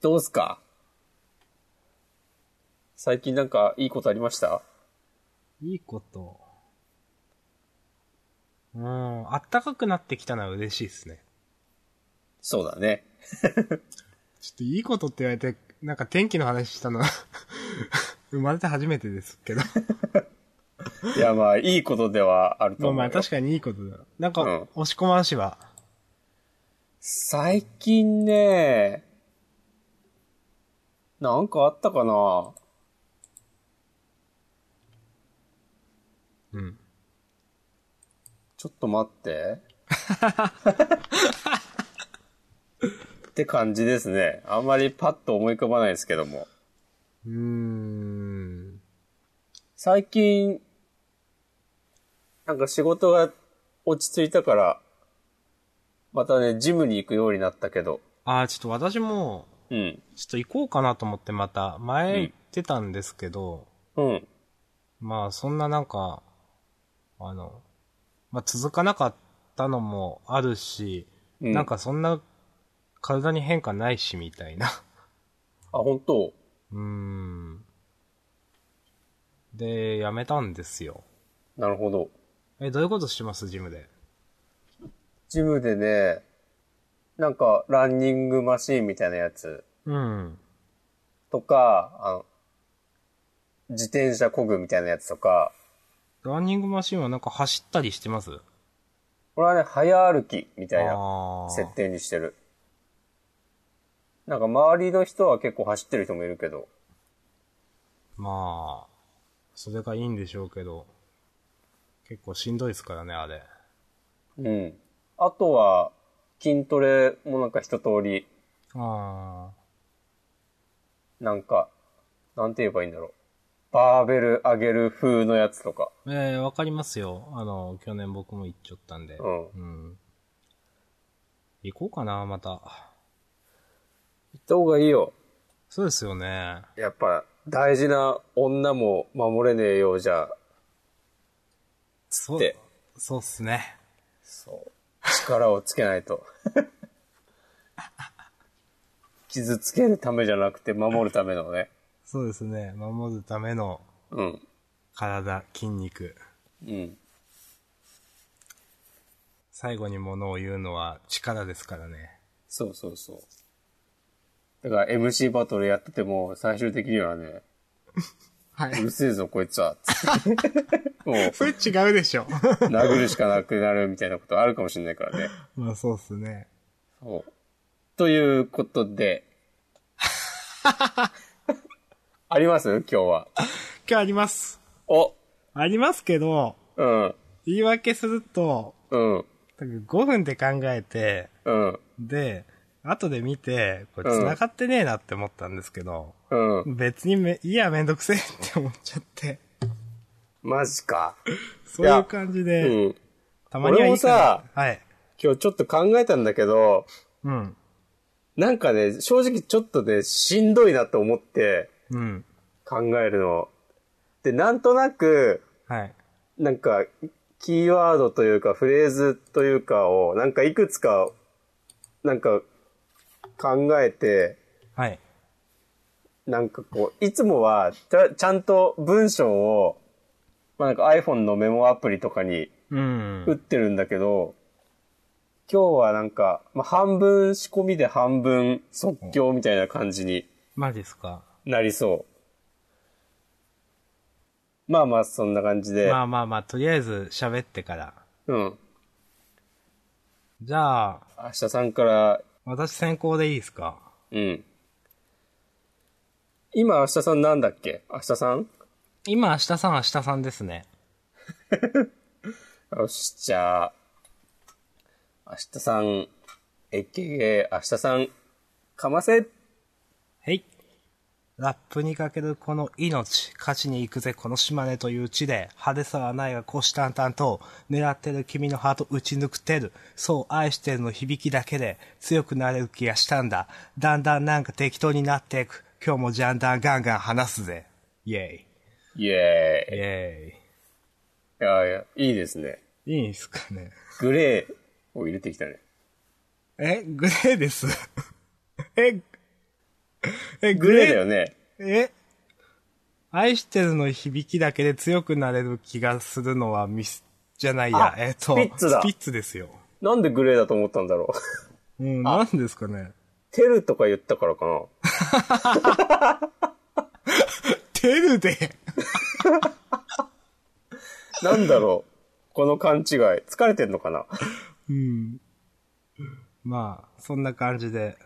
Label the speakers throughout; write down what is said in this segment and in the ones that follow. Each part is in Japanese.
Speaker 1: どうすか最近なんかいいことありました
Speaker 2: いいこと。うん、あったかくなってきたのは嬉しいですね。
Speaker 1: そうだね。
Speaker 2: ちょっといいことって言われて、なんか天気の話したのは、 生まれて初めてですけど。
Speaker 1: いや、まあ、いいことではあると
Speaker 2: まあ
Speaker 1: 思う
Speaker 2: ま
Speaker 1: よ。
Speaker 2: あ確かにいいことだ。なん
Speaker 1: う
Speaker 2: か
Speaker 1: ん、
Speaker 2: 押し込まんしは、
Speaker 1: 最近ね、なんかあったかな
Speaker 2: うん。
Speaker 1: ちょっと待 って。って感じですね。あんまりパッと思い浮かばないですけども。
Speaker 2: うーん。
Speaker 1: 最近、なんか仕事が落ち着いたから、またね、ジムに行くようになったけど。
Speaker 2: ああ、ちょっと私も、
Speaker 1: うん。
Speaker 2: ちょっと行こうかなと思ってまた、前行ってたんですけど、
Speaker 1: うん。
Speaker 2: まあそんななんか、あの、まあ続かなかったのもあるし、
Speaker 1: うん
Speaker 2: なんかそんな体に変化ないしみたいな。
Speaker 1: あ、本当
Speaker 2: うーん。で、やめたんですよ。
Speaker 1: なるほど。
Speaker 2: え、どういうことしてますジムで。
Speaker 1: ジムでね、なんかランニングマシーンみたいなやつ
Speaker 2: うん。
Speaker 1: とか、あの、自転車こぐみたいなやつとか、
Speaker 2: ランニングマシンはなんか走ったりしてます
Speaker 1: これはね、早歩きみたいな
Speaker 2: ああ。
Speaker 1: 設定にしてる。なんか周りの人は結構走ってる人もいるけど、
Speaker 2: まあ、それがいいんでしょうけど、結構しんどいですからね、あれ。
Speaker 1: うん。あとは、筋トレもなんか一通り、
Speaker 2: ああ。
Speaker 1: なんか、なんて言えばいいんだろう。バーベル上げる風のやつとか。
Speaker 2: ええわかりますよ。あの、去年僕も行っちゃったんで。
Speaker 1: うん
Speaker 2: ん行こうかな、また。
Speaker 1: 行った方がいいよ。
Speaker 2: そうですよね。
Speaker 1: やっぱ、大事な女も守れねえようじゃ、
Speaker 2: そう
Speaker 1: で。
Speaker 2: そうっすね。
Speaker 1: そう。力をつけない と。傷つけるためじゃなくて守るためのね。
Speaker 2: そうですね。守るための
Speaker 1: うん。
Speaker 2: 体、筋肉。
Speaker 1: うん。
Speaker 2: 最後に物を言うのは力ですからね。
Speaker 1: そうそうそう。だから MC バトルやってても、最終的にはね、
Speaker 2: は
Speaker 1: う
Speaker 2: い。
Speaker 1: るせえぞ、こいつは。つって もう、
Speaker 2: それ違うでしょ。
Speaker 1: 殴るしかなくなるみたいなことあるかもしれないからね。
Speaker 2: まあそうっすね。
Speaker 1: そう。ということで。 あります今日は。
Speaker 2: 今日あります。
Speaker 1: お
Speaker 2: ありますけど、
Speaker 1: うん。
Speaker 2: 言い訳すると、
Speaker 1: うん。
Speaker 2: 5分で考えて、
Speaker 1: うん。
Speaker 2: で、後で見て、これ
Speaker 1: うん
Speaker 2: 繋がってねえなって思ったんですけど、
Speaker 1: うん。
Speaker 2: 別にめ、いや、めんどくせえ って思っちゃって、
Speaker 1: マジか。
Speaker 2: そういう感じ
Speaker 1: う
Speaker 2: で、
Speaker 1: ん。
Speaker 2: たまにはいいか
Speaker 1: 俺も
Speaker 2: な。はい。
Speaker 1: 今日ちょっと考えたんだけど、
Speaker 2: うん。
Speaker 1: なんかね、正直ちょっとね、しんどいなと思って
Speaker 2: うん。
Speaker 1: 考えるの。で、なんとなく、
Speaker 2: はい。
Speaker 1: なんか、キーワードというか、フレーズというかを、なんかいくつか、なんか、考えて、
Speaker 2: はい。
Speaker 1: なんかこう、いつもは、ちゃちゃんと文章を、まあ、なんか iPhone のメモアプリとかに
Speaker 2: うん
Speaker 1: 打っ。てるんだけど、今日はなんか、まあ、半分仕込みで半分即興みたいな感じに
Speaker 2: マジですか。
Speaker 1: なりそう。まあまあ、そんな感じで。
Speaker 2: まあまあまあ、とりあえず喋ってから。
Speaker 1: うん。
Speaker 2: じゃあ、
Speaker 1: 明日さんから
Speaker 2: 私先行でいいですか
Speaker 1: うん。今、明日さんなんだっけ明日さん
Speaker 2: 今、明日さん、明日さんですね。
Speaker 1: よし、じゃあ、明日さん、AKA 明日さん、かませ
Speaker 2: はい。ラップにかけるこの命、勝ちに行くぜこの島根という地で、派手さはないが虎視眈々と、狙ってる君のハート打ち抜くてる、そう愛してるの響きだけで、強くなれる気がしたんだ。だんだんなんか適当になっていく。今日もジャンダンガンガン話すぜ。イェイ。
Speaker 1: イエ
Speaker 2: イェ
Speaker 1: ーイ。いやいや、いいですね。
Speaker 2: イ。いいんすかね。
Speaker 1: グレーを入れてきたね。
Speaker 2: え、グレーです。え、え、
Speaker 1: グレーだよね。
Speaker 2: え愛してるの響きだけで強くなれる気がするのはミス、じゃないや
Speaker 1: あ。
Speaker 2: えっ、
Speaker 1: ス
Speaker 2: と、
Speaker 1: ピッツだ
Speaker 2: スピッツですよ。
Speaker 1: なんでグレーだと思ったんだろう。
Speaker 2: うん、なんですかね。
Speaker 1: テルとか言ったからかな。
Speaker 2: テルで
Speaker 1: なんだろう。 この勘違い。疲れてんのかな
Speaker 2: うん。まあ、そんな感じで。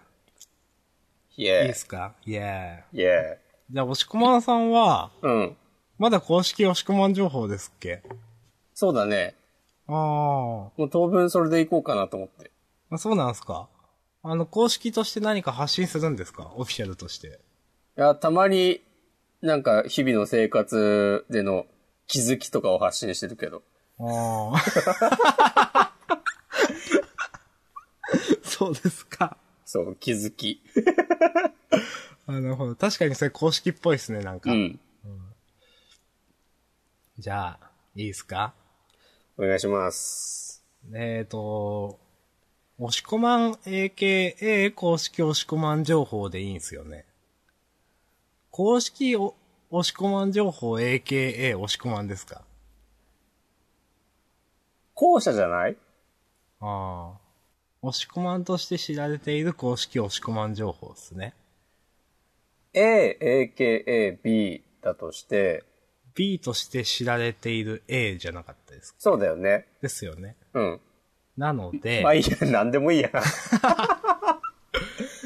Speaker 1: イ
Speaker 2: いい
Speaker 1: エ
Speaker 2: ですかイエ
Speaker 1: ーイ。イエ
Speaker 2: ー。じゃあ、押し込まんさんは、
Speaker 1: ーイ。うん。
Speaker 2: まだ公式押し込まん情報ですっけ
Speaker 1: そうだね。
Speaker 2: ああ。
Speaker 1: もう当分それでいこうかなと思って。
Speaker 2: あ、そうなんですか。あの、公式として何か発信するんですかオフィシャルとして。
Speaker 1: いや、たまに、なんか日々の生活での気づきとかを発信してるけど。
Speaker 2: ああ。 そうですか。
Speaker 1: そう、気づき。
Speaker 2: あなるほど。確かにそれ公式っぽいですね、なんか。
Speaker 1: うん。
Speaker 2: じゃあ、いいですか
Speaker 1: お願いします。
Speaker 2: えっ、ー、と、押し込まん AKA 公式押し込まん情報でいいんすよね。公式お押し込まん情報 AKA 押し込まんですか
Speaker 1: 後者じゃない
Speaker 2: ああ。押し込まんとして知られている公式押し込まん情報ですね。
Speaker 1: ?A, A, K, A, B だとして、
Speaker 2: B として知られている A じゃなかったです。
Speaker 1: そうだよね。
Speaker 2: ですよね。
Speaker 1: うん。
Speaker 2: なので
Speaker 1: ま、あいいや、なんでもいいや。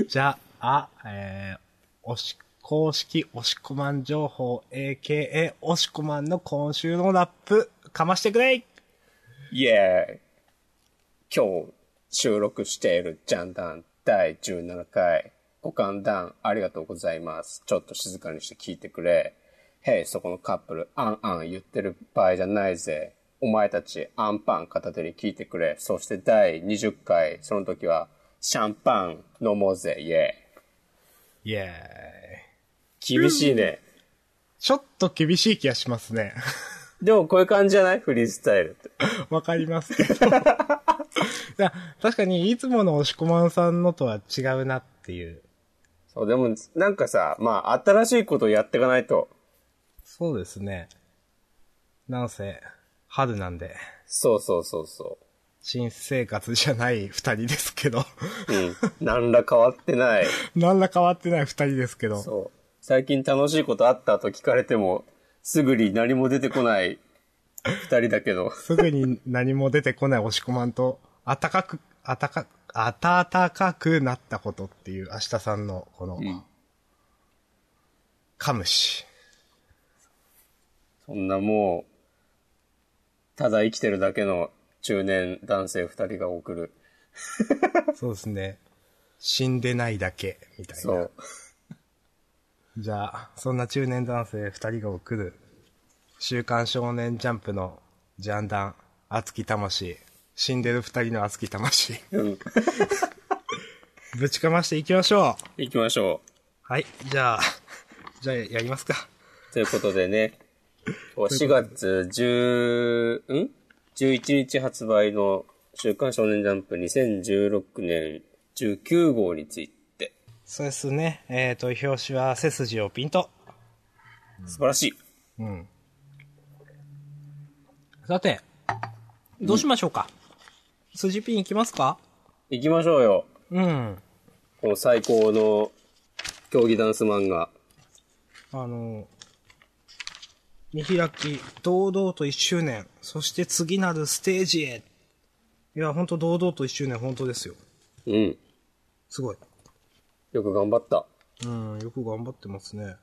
Speaker 2: じゃあ、えー、押し、公式押し込まん情報 AKA 押し込まんの今週のラップ、かましてくれい
Speaker 1: イエーイ。今日収録しているジャンダン第17回。ご勘談ありがとうございます。ちょっと静かにして聞いてくれ。へい、そこのカップル、あんあん言ってる場合じゃないぜ。お前たち、アンパン片手に聞いてくれ。そして第20回、その時は、シャンパン飲もうぜ、イエ
Speaker 2: イエーイ。
Speaker 1: ーイ。厳しいね。
Speaker 2: ちょっと厳しい気がしますね。
Speaker 1: でもこういう感じじゃないフリースタイルって。
Speaker 2: わかりますけど。い や確かに、いつもの押し込まんさんのとは違うなっていう。
Speaker 1: そう、でも、なんかさ、まあ、新しいことをやっていかないと。
Speaker 2: そうですね。なんせ、春なんで、
Speaker 1: そうそうそうそう。
Speaker 2: 新生活じゃない二人ですけど。
Speaker 1: うん。何ら変わってない。
Speaker 2: 何ら変わってない二人ですけど。
Speaker 1: そう。最近楽しいことあったと聞かれても、すぐに何も出てこない二人だけど。
Speaker 2: すぐに何も出てこない押し込まんと、暖かく、暖か、暖かくなったことっていう明日さんの、この、
Speaker 1: ん
Speaker 2: 噛むし。
Speaker 1: そんなもう、ただ生きてるだけの中年男性二人が送る。
Speaker 2: そうですね。死んでないだけ、みたい
Speaker 1: そ
Speaker 2: な。
Speaker 1: う。
Speaker 2: じゃあ、そんな中年男性二人が送る、週刊少年ジャンプのジャンダン、熱き魂、死んでる二人の熱き魂、
Speaker 1: うん。
Speaker 2: ぶちかましていきましょう
Speaker 1: 行きましょ
Speaker 2: はい、じゃあ、じゃあやりますか。
Speaker 1: う。ということでね、4月10、ん ?11 日発売の週刊少年ジャンプ2016年19号について、
Speaker 2: そうですね。えっ、と、表紙は背筋をピンと。
Speaker 1: 素晴らしい。
Speaker 2: うん。さて、どうしましょうか、筋ピンいきますか
Speaker 1: 行きましょうよ。
Speaker 2: うん。
Speaker 1: この最高の競技ダンス漫画。
Speaker 2: あの、見開き、堂々と1周年、そして次なるステージへ。いや、ほんと堂々と1周年、本当ですよ。
Speaker 1: うん。
Speaker 2: すごい。
Speaker 1: よく頑張った。
Speaker 2: うん、よく頑張ってますね。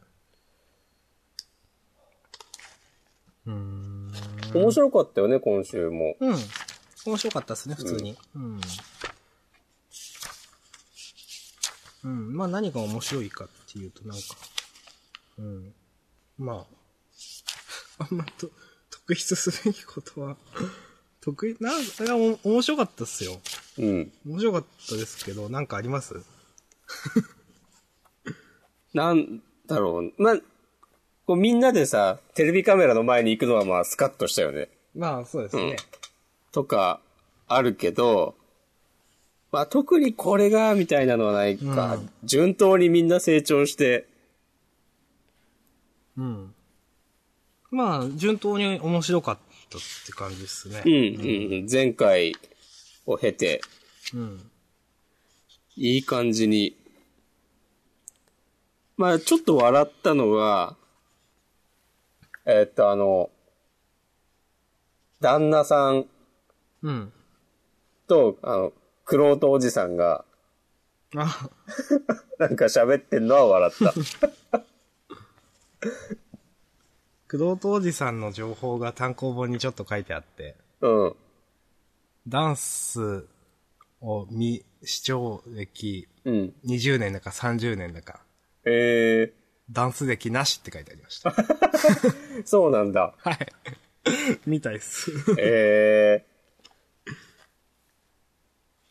Speaker 1: 面白かったよね、今週も。
Speaker 2: うん。面白かったですね、普通に。うん。うん。まあ何が面白いかっていうとなんか、うん。まあ、 あんまと、特筆すべきことは、 得意、なん、それはお面白かったっすよ。
Speaker 1: うん。
Speaker 2: 面白かったですけど、なんかあります
Speaker 1: なんだろう。まあ、こうみんなでさ、テレビカメラの前に行くのはまあ、スカッとしたよね。
Speaker 2: まあそうですね。
Speaker 1: とか、あるけど、まあ特にこれが、みたいなのはないか。
Speaker 2: うん
Speaker 1: 順当にみんな成長して、
Speaker 2: うん。まあ、順当に面白かったって感じです
Speaker 1: うん、
Speaker 2: ね。
Speaker 1: うん、うん前回を経て、
Speaker 2: うん。
Speaker 1: いい感じに。まあ、ちょっと笑ったのが、えっと、あの、旦那さん
Speaker 2: うん。
Speaker 1: と、あの、クロートおじさんが、
Speaker 2: あ、
Speaker 1: なんか喋ってんのは笑った。
Speaker 2: 工藤とおじさんの情報が単行本にちょっと書いてあって、
Speaker 1: うん。
Speaker 2: ダンスを見、視聴歴
Speaker 1: うん。
Speaker 2: 20年だか30年だか、
Speaker 1: え
Speaker 2: ダンス歴なしって書いてありました。
Speaker 1: ー、そうなんだ。
Speaker 2: はい。みたいっす。
Speaker 1: えー。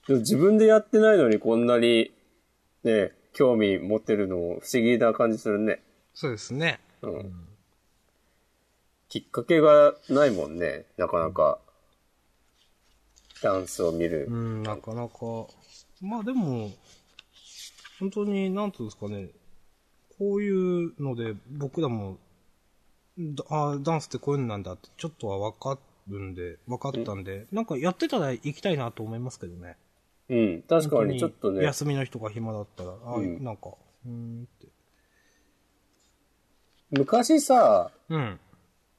Speaker 1: でも自分でやってないのにこんなに、ね、興味持ってるのも不思議な感じするね。
Speaker 2: そうですね。
Speaker 1: うんきっかけがないもんね、なかなか。ダンスを見る
Speaker 2: う。ん、なかなか。まあでも、本当に、なんていうんですかね、こういうので僕らも、だあダンスってこういうのなんだって、ちょっとは分かるんで、分かったんで、なんかやってたら行きたいなと思いますけどね。
Speaker 1: うん、確かにちょっと
Speaker 2: 本当に
Speaker 1: ね、
Speaker 2: 休みの人が暇だったら、あ、
Speaker 1: うん
Speaker 2: なんか、うーんって。
Speaker 1: 昔さ、
Speaker 2: うん。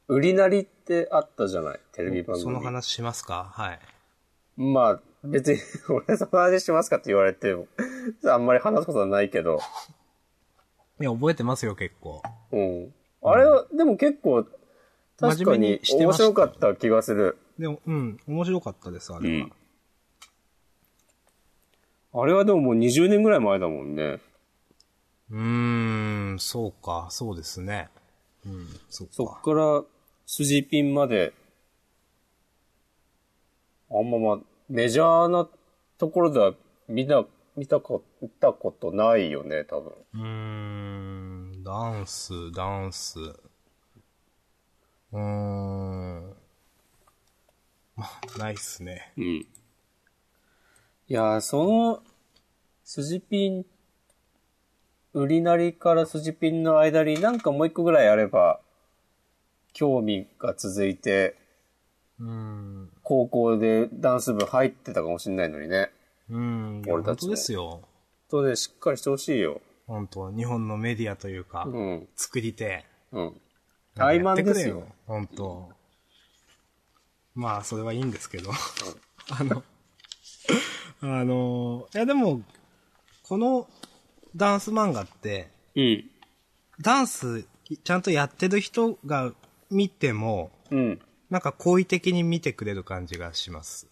Speaker 1: 売りなりってあったじゃないテレビ番組。
Speaker 2: その話しますかはい。
Speaker 1: まあ、別に、 俺その話しますかって言われても、 あんまり話すことはないけど。
Speaker 2: いや、覚えてますよ、結構。
Speaker 1: うん。あれは、でも結構、確
Speaker 2: 真
Speaker 1: か
Speaker 2: 面目
Speaker 1: に
Speaker 2: にして
Speaker 1: 面
Speaker 2: ましたよ
Speaker 1: 白かった気がする。
Speaker 2: でも、うん、面白かったです、あれは。
Speaker 1: あれはでももう20年ぐらい前だもんね。
Speaker 2: うーん、そうか、そうですね。うん、そうか。
Speaker 1: そっから、筋ピンまで、あんままあ、メジャーなところでは見た、見たか、見たことないよね、多分。
Speaker 2: うーん、ダンス、ダンス。うーん。まあ、ないっすね。
Speaker 1: うん。いやー、その、筋ピン、売りなりから筋ピンの間になんかもう一個ぐらいあれば、興味が続いて、
Speaker 2: うーん。
Speaker 1: 高校でダンス部入ってたかもしんないのにね。
Speaker 2: うーん。いや
Speaker 1: 俺た
Speaker 2: 本
Speaker 1: ち
Speaker 2: 当
Speaker 1: ね
Speaker 2: ですよ。
Speaker 1: そうね、しっかりしてほしいよ。
Speaker 2: 本当日本のメディアというか、
Speaker 1: うん。
Speaker 2: 作り手。
Speaker 1: うん。怠慢です
Speaker 2: や
Speaker 1: よ
Speaker 2: ってくれ。本当まあ、それはいいんですけど。あの、あの、いやでも、このダンス漫画って、
Speaker 1: うん。
Speaker 2: ダンスちゃんとやってる人が見ても、
Speaker 1: うん。
Speaker 2: なんか好意的に見てくれる感じがします。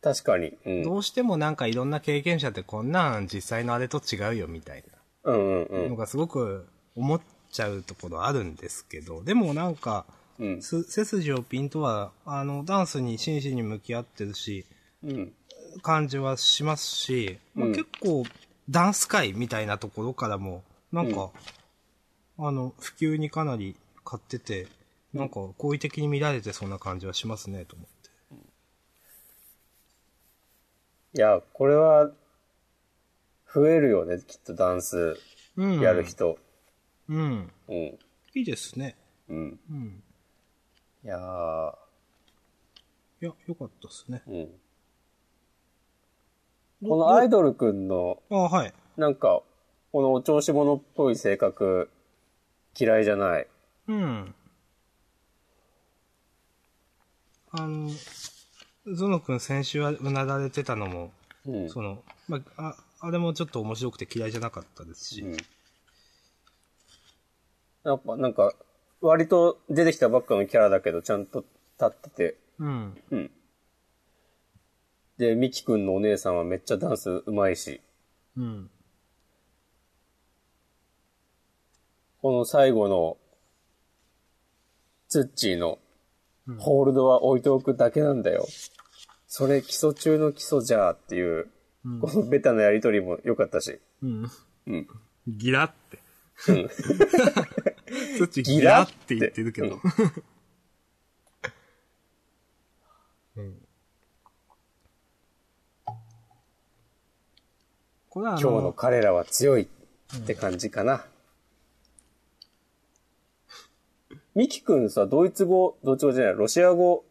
Speaker 1: 確かに。うん。
Speaker 2: どうしてもなんかいろんな経験者ってこんなん実際のあれと違うよみたい
Speaker 1: うんうんう
Speaker 2: なの
Speaker 1: ん。
Speaker 2: がすごく思っちゃうところあるんですけど、でもなんか、
Speaker 1: うん。
Speaker 2: す背筋をピンとは、あの、ダンスに真摯に向き合ってるし、
Speaker 1: うん。
Speaker 2: 感じはしますし、まあ
Speaker 1: うん
Speaker 2: 結構、ダンス界みたいなところからも、なんか、あの、普及にかなり買ってて、なんか、好意的に見られてそんな感じはしますね、と思って。
Speaker 1: いや、これは、増えるよね、きっとダンス
Speaker 2: うん。
Speaker 1: やる。人。
Speaker 2: うん。
Speaker 1: うん。
Speaker 2: いいですね。
Speaker 1: うん。
Speaker 2: うん。
Speaker 1: いやー、
Speaker 2: いや、よかったですね。
Speaker 1: うん。
Speaker 2: ど
Speaker 1: このアイドルくんの、
Speaker 2: あはい。
Speaker 1: なんか、このお調子者っぽい性格、嫌いじゃない。
Speaker 2: うん。あの、ゾノ君先週はうなだれてたのも、
Speaker 1: うん。
Speaker 2: その、まあ、ああれもちょっと面白くて嫌いじゃなかったですし、
Speaker 1: うん。やっぱ、なんか、割と出てきたばっかのキャラだけど、ちゃんと立ってて、
Speaker 2: うん。
Speaker 1: うん。で、ミキくんのお姉さんはめっちゃダンスうまいし、
Speaker 2: うん。
Speaker 1: この最後の、ツッチーの、ホールドは置いておくだけなんだよ。それ基礎中の基礎じゃあっていう、このベタなやりとりも良かったし。
Speaker 2: うん。
Speaker 1: うん。
Speaker 2: ギラって。 そっち
Speaker 1: ギ
Speaker 2: ギ
Speaker 1: ラ
Speaker 2: ラ
Speaker 1: っ
Speaker 2: ってて言ってるけど。 これはあ
Speaker 1: 今日の
Speaker 2: の、
Speaker 1: 彼らは強いって感じかな。ミキ君さ、ドイツ語、ドイツ語じゃない、ロシア語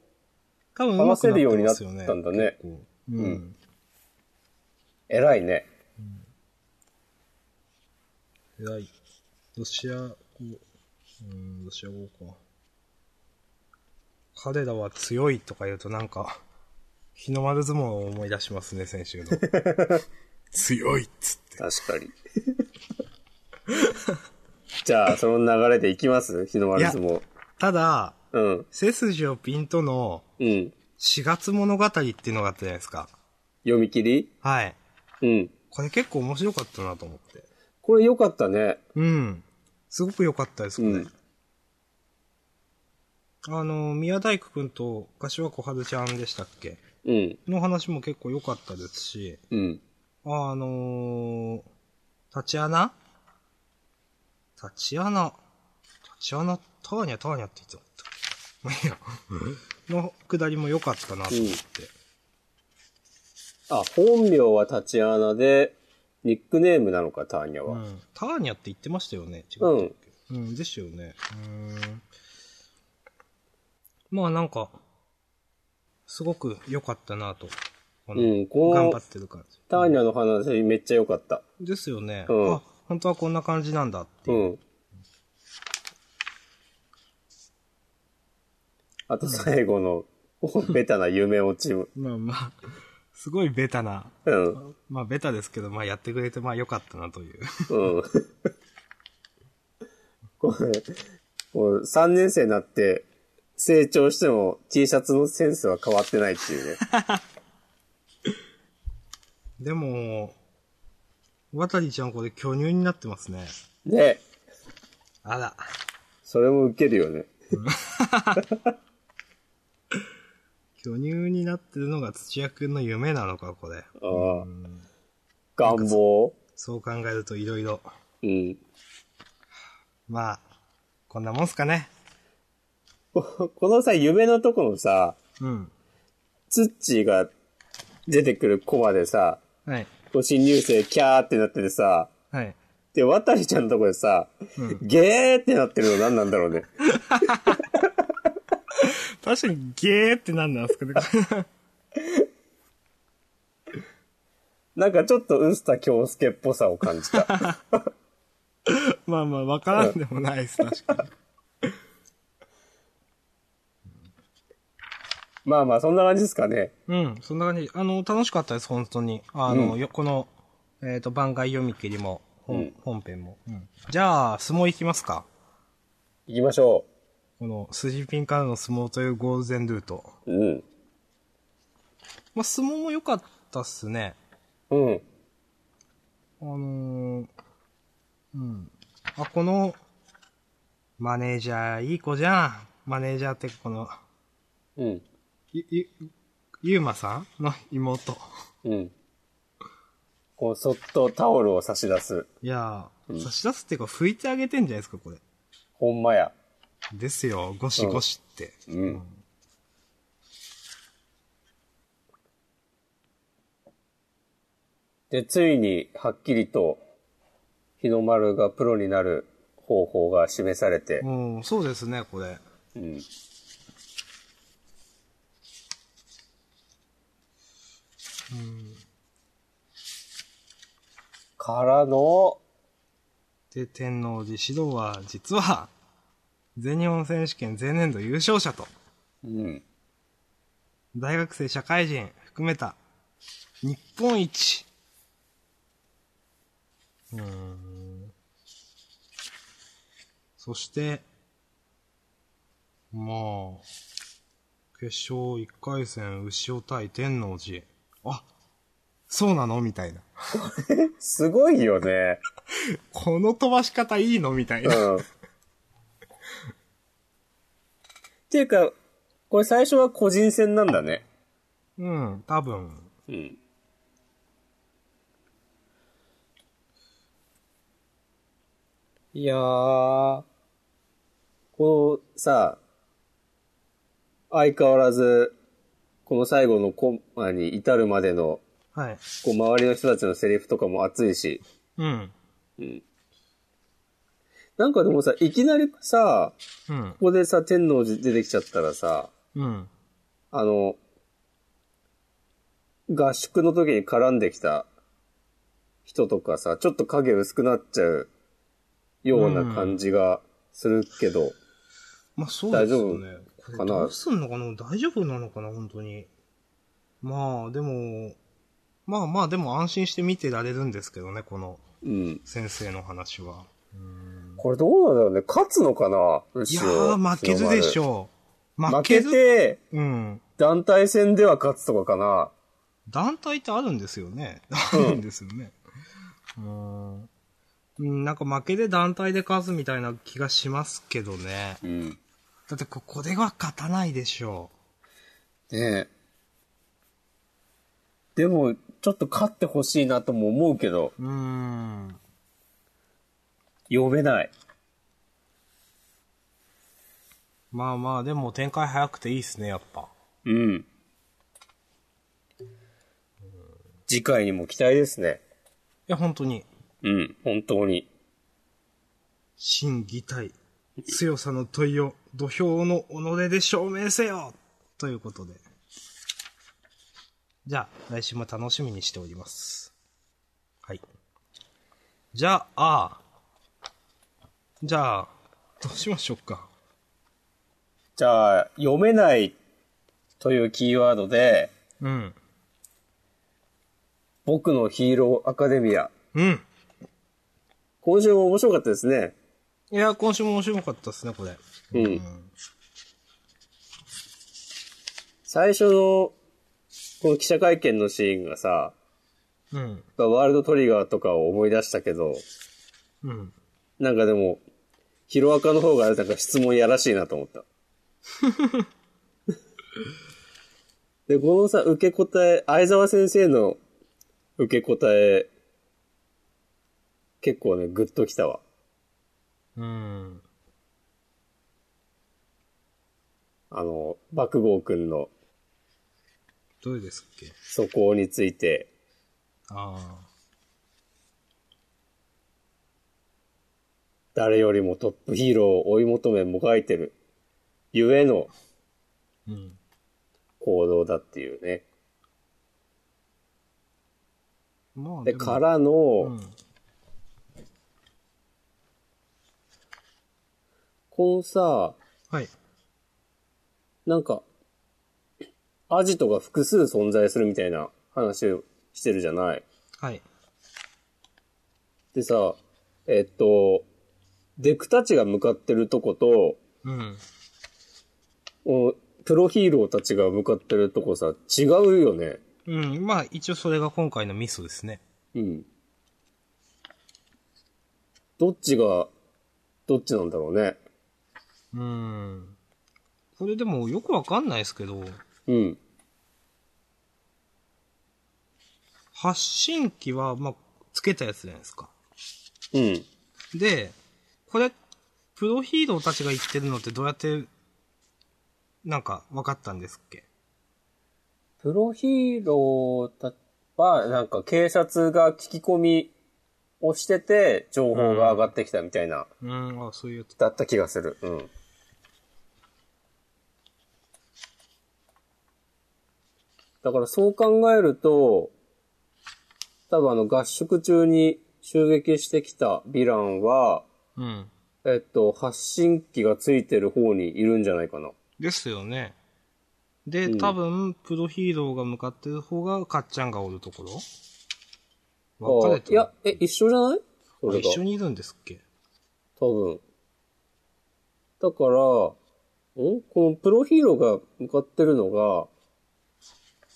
Speaker 2: 多分
Speaker 1: 話せるようになっ
Speaker 2: 上手
Speaker 1: た
Speaker 2: く
Speaker 1: ん
Speaker 2: ますよね
Speaker 1: だね。
Speaker 2: こううん。
Speaker 1: 偉いね。
Speaker 2: 偉い。ロシア語、うん、ロシア語か。彼らは強いとか言うとなんか、日の丸相撲を思い出しますね、先週の。 強いっつって。
Speaker 1: 確かに。 じゃあ、その流れでいきます日の丸相撲。
Speaker 2: ただ、
Speaker 1: うん。
Speaker 2: 背筋をピンとの
Speaker 1: うん。
Speaker 2: 4月物語っていうのがあったじゃないですか。
Speaker 1: 読み切り
Speaker 2: はい。
Speaker 1: うん。
Speaker 2: これ結構面白かったなと思って。
Speaker 1: これ良かったね。
Speaker 2: うん。すごく良かったです、これ。
Speaker 1: うん
Speaker 2: あの、宮大工くんと柏小春ちゃんでしたっけ
Speaker 1: うん。
Speaker 2: の話も結構良かったですし、
Speaker 1: うん。
Speaker 2: あのー、タチアナタチアナ、タチアナ、ターニャ、ターニャって言ってもらった。まあいいや。の下りも良かったなと思って。
Speaker 1: あ、本名はタチアナで、ニックネームなのか、ターニャ
Speaker 2: う
Speaker 1: は。
Speaker 2: ん。ターニャって言ってましたよね違
Speaker 1: う。
Speaker 2: うんうん、ですよね。うーん。まあなんか、すごく良かったなと。この
Speaker 1: うんこう
Speaker 2: 頑張ってる感じ。
Speaker 1: ターニャの話めっちゃ良かった。
Speaker 2: ですよね。
Speaker 1: うん
Speaker 2: あ、本当はこんな感じなんだって
Speaker 1: う
Speaker 2: いう。
Speaker 1: ん。あと最後 の、ベタな夢落ちも。
Speaker 2: まあまあ、すごいベタな、
Speaker 1: うん。
Speaker 2: まあベタですけど、まあやってくれてまあ良かったなという。
Speaker 1: うん。これ、こう3年生になって成長しても T シャツのセンスは変わってないっていうね。
Speaker 2: でも、渡りちゃんこれ巨乳になってますね。
Speaker 1: ね。
Speaker 2: あら。
Speaker 1: それもウケるよね。
Speaker 2: 巨乳になってるのが土屋くんの夢なのか、これ。
Speaker 1: ああ。願望
Speaker 2: そう考えると色々。
Speaker 1: うん。
Speaker 2: まあ、こんなもんすかね。
Speaker 1: こ このさ、夢のとこのさ、
Speaker 2: うん。
Speaker 1: ツッチーが出てくるコマでさ、
Speaker 2: はい。
Speaker 1: こう新入生キャーってなっててさ、
Speaker 2: はい。
Speaker 1: で、渡りちゃんのとこでさ、ゲーってなってるの何なんだろうね。
Speaker 2: 確かにゲーってなんなんすかね。
Speaker 1: なんかちょっとウスタ京介っぽさを感じた。
Speaker 2: まあまあ、わからんでもないです、確かに。
Speaker 1: まあまあ、そんな感じですかね。
Speaker 2: うん、そんな感じ。あの、楽しかったです、本当に。あの、よこの、えっ、と、番外読み切りも、本,、
Speaker 1: うん
Speaker 2: 本編も、うんじゃあ、相撲いきますか。
Speaker 1: 行きましょ
Speaker 2: この、筋ピンからの相撲というゴールデンルート。
Speaker 1: う。うん。
Speaker 2: まあ、相撲も良かったっすね。
Speaker 1: うん。
Speaker 2: あのーうん。あ、この、マネージャー、いい子じゃん。マネージャーって、この、
Speaker 1: うん。
Speaker 2: ゆ、ゆ、ゆうまさんの妹。
Speaker 1: うん。こう、そっとタオルを差し出す。
Speaker 2: いやー、差し出すっていうか、拭いてあげてんじゃないですか、これ。
Speaker 1: ほんまや。
Speaker 2: ですよ、ゴシゴシって。
Speaker 1: うん。で、ついに、はっきりと、日の丸がプロになる方法が示されて、
Speaker 2: うん、そうですね、これ。
Speaker 1: うん。からの、
Speaker 2: で、天皇寺指導は、実は、全日本選手権前年度優勝者と、
Speaker 1: うん。
Speaker 2: 大学生、社会人含めた、日本一。うーん。そして、まあ、決勝1回戦、牛尾対天皇寺。あ、そうなのみたいな。
Speaker 1: すごいよね。
Speaker 2: この飛ばし方いいのみたいな。
Speaker 1: うん。っていうか、これ最初は個人戦なんだね。
Speaker 2: うん、多分。
Speaker 1: うん。いやー、このさ、相変わらず、この最後のコマに至るまでの
Speaker 2: はい。
Speaker 1: こう、周りの人たちのセリフとかも熱いし。
Speaker 2: うん。
Speaker 1: なんかでもさ、いきなりさ、
Speaker 2: うん。
Speaker 1: ここでさ、天王寺出てきちゃったらさ、
Speaker 2: うん。
Speaker 1: あの、合宿の時に絡んできた人とかさ、ちょっと影薄くなっちゃうような感じがするけど、
Speaker 2: まあそうですよ
Speaker 1: 大
Speaker 2: ね。
Speaker 1: 丈夫
Speaker 2: こ
Speaker 1: か
Speaker 2: れ
Speaker 1: な
Speaker 2: どうすんのかな大丈夫なのかな本当に。まあ、でも、まあまあ、でも安心して見てられるんですけどね、この
Speaker 1: うん。
Speaker 2: 先生の話は。
Speaker 1: これどうなんだろうね勝つのかないい
Speaker 2: やー、負けずでし
Speaker 1: ょ。
Speaker 2: ょう。負
Speaker 1: 負
Speaker 2: け
Speaker 1: け
Speaker 2: ず。
Speaker 1: て、
Speaker 2: うん。
Speaker 1: 団体戦では勝つとかかな
Speaker 2: 団体ってあるんですよね。あるんですよね。うん。うんなんか負けで団体で勝つみたいな気がしますけどね。
Speaker 1: うん。ね
Speaker 2: だってここでは勝たないでしょ
Speaker 1: え。でも、ちょっと勝ってほしいなとも思うけど、
Speaker 2: う。うん。
Speaker 1: 読めない。
Speaker 2: まあまあ、でも展開早くていいっすね、やっぱ。
Speaker 1: うん。次回にも期待ですね。
Speaker 2: いや、本当に、
Speaker 1: うん、本当に。
Speaker 2: 真偽体、強さの問いを、土俵の己で証明せよということで。じゃあ、来週も楽しみにしております。はい。じゃあ、じゃあ、どうしましょうか。
Speaker 1: じゃあ、読めないというキーワードで、
Speaker 2: うん。
Speaker 1: 僕のヒーローアカデミア。
Speaker 2: うん。
Speaker 1: 今週も面白かったですね。
Speaker 2: いや、今週も面白かったですね、これ。
Speaker 1: うん。最初の、この記者会見のシーンがさ、
Speaker 2: うん。
Speaker 1: ワールドトリガーとかを思い出したけど、
Speaker 2: うん。
Speaker 1: なんかでも、ヒロアカの方がなんか質問やらしいなと思 った。で、このさ、受け答え、相沢先生の受け答え、結構ね、グッときたわ。
Speaker 2: うん。
Speaker 1: あの、爆豪くんの
Speaker 2: どうですっけ
Speaker 1: 素行について、
Speaker 2: ああ。
Speaker 1: 誰よりもトップヒーローを追い求めもがいてる、ゆえの
Speaker 2: うん。
Speaker 1: 行動だっていうね。
Speaker 2: まあ
Speaker 1: で、
Speaker 2: も
Speaker 1: からの、
Speaker 2: うん。
Speaker 1: このさ、
Speaker 2: はい。
Speaker 1: なんか、アジトが複数存在するみたいな話をしてるじゃない。
Speaker 2: はい。
Speaker 1: でさ、えっと、デクたちが向かってるとこと、
Speaker 2: うん。
Speaker 1: おプロヒーローたちが向かってるとこさ、違うよね。
Speaker 2: うん。まあ、一応それが今回のミスですね。
Speaker 1: うん。どっちが、どっちなんだろうね。
Speaker 2: うん。これでもよくわかんないですけど、
Speaker 1: うん。
Speaker 2: 発信機は、まあ、つけたやつじゃないですか。
Speaker 1: うん。
Speaker 2: で、これ、プロヒーローたちが言ってるのってどうやって、なんか、わかったんですっけ
Speaker 1: プロヒーローたは、なんか警察が聞き込みをしてて、情報が上がってきたみたいな。
Speaker 2: うん、あ、そういうやつ。
Speaker 1: だった気がする。うん。だからそう考えると、多分あの合宿中に襲撃してきたヴィランは、
Speaker 2: うん。
Speaker 1: えっと、発信機がついてる方にいるんじゃないかな。
Speaker 2: ですよね。で、
Speaker 1: うん
Speaker 2: 多分、プロヒーローが向かってる方が、かっちゃんがおるところ分かれ
Speaker 1: い
Speaker 2: てる
Speaker 1: や、え、一緒じゃないそ
Speaker 2: あ
Speaker 1: れが。
Speaker 2: 一緒にいるんですっけ
Speaker 1: 多分。だから、んこのプロヒーローが向かってるのが、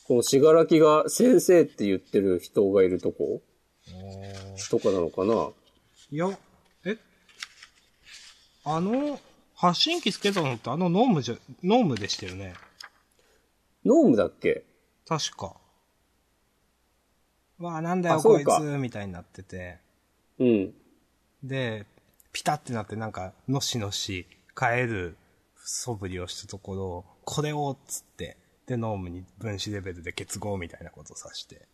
Speaker 1: このしがらきが先生って言ってる人がいるとことかなのかない
Speaker 2: や、えあの、発信機つけたのってあのノームじゃ、ノームでしたよね。
Speaker 1: ノームだっけ
Speaker 2: 確か。わあ、なんだよ、
Speaker 1: あそ
Speaker 2: こいうつ
Speaker 1: か、
Speaker 2: みたいになってて。
Speaker 1: うん。
Speaker 2: で、ピタってなってなんか、のしのし、帰る素振りをしたところ、これを、つって、で、ノームに分子レベルで結合みたいなことを指して。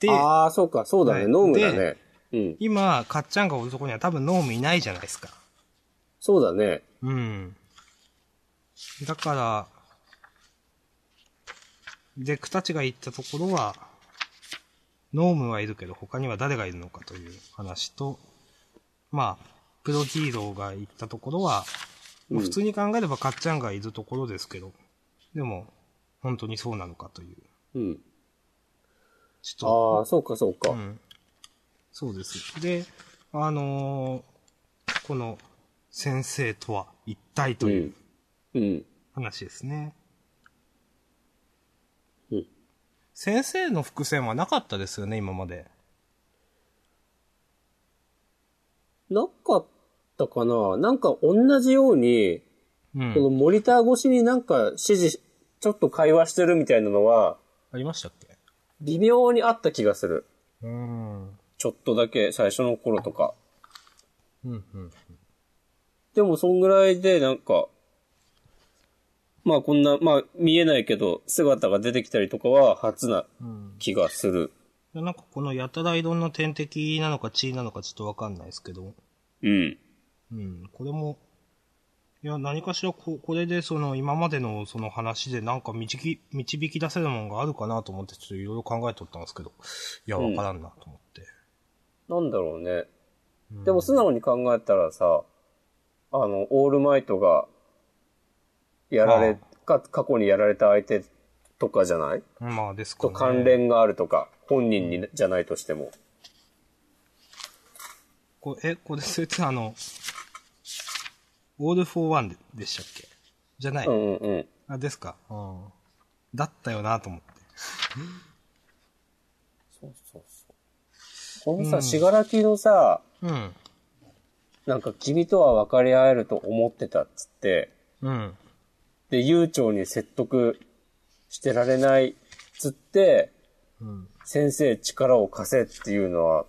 Speaker 2: で、
Speaker 1: ああ、そうか、そうだね。
Speaker 2: はい
Speaker 1: ノームだね
Speaker 2: で。
Speaker 1: うん。
Speaker 2: 今、かっちゃんがおるとこには多分ノームいないじゃないですか。
Speaker 1: そうだね。
Speaker 2: うん。だから、デクたちが行ったところは、ノームはいるけど他には誰がいるのかという話と、まあ、プロヒーローが行ったところは、まあ
Speaker 1: うん
Speaker 2: 普通に考えればかっちゃんがいるところですけど、でも、本当にそうなのかという。
Speaker 1: うん。
Speaker 2: ちょっと
Speaker 1: ああ、そうか、そうか。
Speaker 2: うん。そうです。で、あのーこの、先生とは一体という
Speaker 1: うん。
Speaker 2: 話ですね。
Speaker 1: うん
Speaker 2: 先生の伏線はなかったですよね、今まで。
Speaker 1: なかったかななんか同じように、
Speaker 2: う
Speaker 1: この
Speaker 2: ん。
Speaker 1: モニター越しになんか指示、ちょっと会話してるみたいなのは、
Speaker 2: ありましたっけ
Speaker 1: 微妙にあった気がする。
Speaker 2: うん。うん、
Speaker 1: ちょっとだけ、最初の頃とか。
Speaker 2: うん。
Speaker 1: でも、そんぐらいで、なんか、まあこんな、まあ見えないけど、姿が出てきたりとかは初な
Speaker 2: うん。
Speaker 1: 気がする。
Speaker 2: いやなんかこのやたらいろんな天敵なのか地位なのかちょっとわかんないですけど、
Speaker 1: うん。
Speaker 2: うん、これも、いや、何かしらこ、これで、その、今までの、その話で、なんか導き、導き出せるもんがあるかなと思って、ちょっといろいろ考えとったんですけど、いや、
Speaker 1: うん
Speaker 2: わからんなと思って。
Speaker 1: なんだろうね。
Speaker 2: うん
Speaker 1: でも素直に考えたらさ、あの、オールマイトが、やられ、か、過去にやられた相手とかじゃない
Speaker 2: まあ、ですか
Speaker 1: と
Speaker 2: ね。
Speaker 1: 関。連があるとか、本人にじゃないとしても。
Speaker 2: こえ、これ、それってあの、オール・フォー・ワンででしたっけじゃない、
Speaker 1: うんうんうん。
Speaker 2: あ、ですか。うん。だったよなと思って。
Speaker 1: そうそうそう。このさ、
Speaker 2: うん
Speaker 1: しがらきのさ、
Speaker 2: うん。
Speaker 1: なんか君とは分かり合えると思ってたっつって、
Speaker 2: うん。
Speaker 1: で、悠長に説得してられないっつって、
Speaker 2: うん。
Speaker 1: 先生力を貸せっていうのは、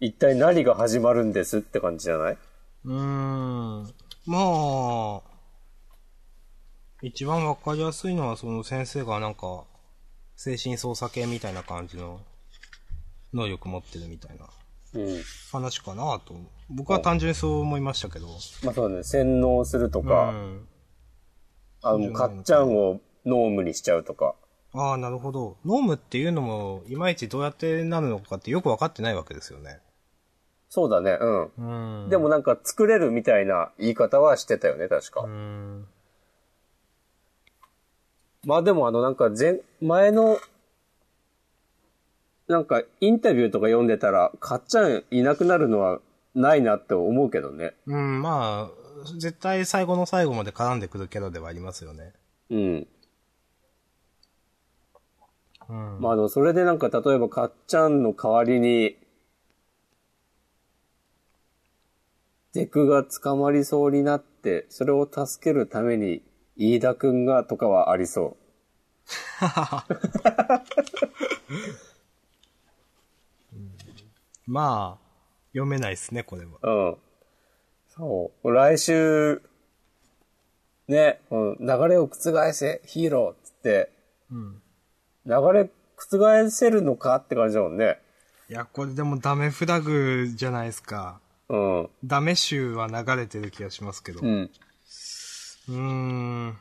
Speaker 1: 一体何が始まるんですって感じじゃないう
Speaker 2: ーん。まあ、一番わかりやすいのは、その先生がなんか、精神操作系みたいな感じの能力持ってるみたいな
Speaker 1: うん。
Speaker 2: 話かなと。僕は単純にそう思いましたけど。
Speaker 1: まあそうだね、洗脳すると
Speaker 2: う
Speaker 1: か、
Speaker 2: ん。
Speaker 1: あの、もうかっちゃんをノームにしちゃうとか。
Speaker 2: ああ、なるほど。ノームっていうのも、いまいちどうやってなるのかってよくわかってないわけですよね。
Speaker 1: そうだね、うん。
Speaker 2: うん。
Speaker 1: でも、なんか作れるみたいな言い方はしてたよね、確か。
Speaker 2: うん。
Speaker 1: まあでもあのなんか前、前の、なんかインタビューとか読んでたら、かっちゃんいなくなるのはないなって思うけどね。
Speaker 2: うん、まあ、絶対最後の最後まで絡んでくるキャラではありますよね。
Speaker 1: うん。
Speaker 2: うん。
Speaker 1: まああの、それでなんか例えばかっちゃんの代わりに、デクが捕まりそうになって、それを助けるために、飯田くんがとかはありそう。
Speaker 2: まあ、読めないですね、これは。
Speaker 1: うん。そう。来週、ね、うん、流れを覆せ、ヒーローっつって、
Speaker 2: うん。
Speaker 1: 流れ覆せるのかって感じだもんね。
Speaker 2: いや、これでもダメフラグじゃないですか。
Speaker 1: うん。
Speaker 2: ダメ集は流れてる気がしますけど。
Speaker 1: う。
Speaker 2: うんーん。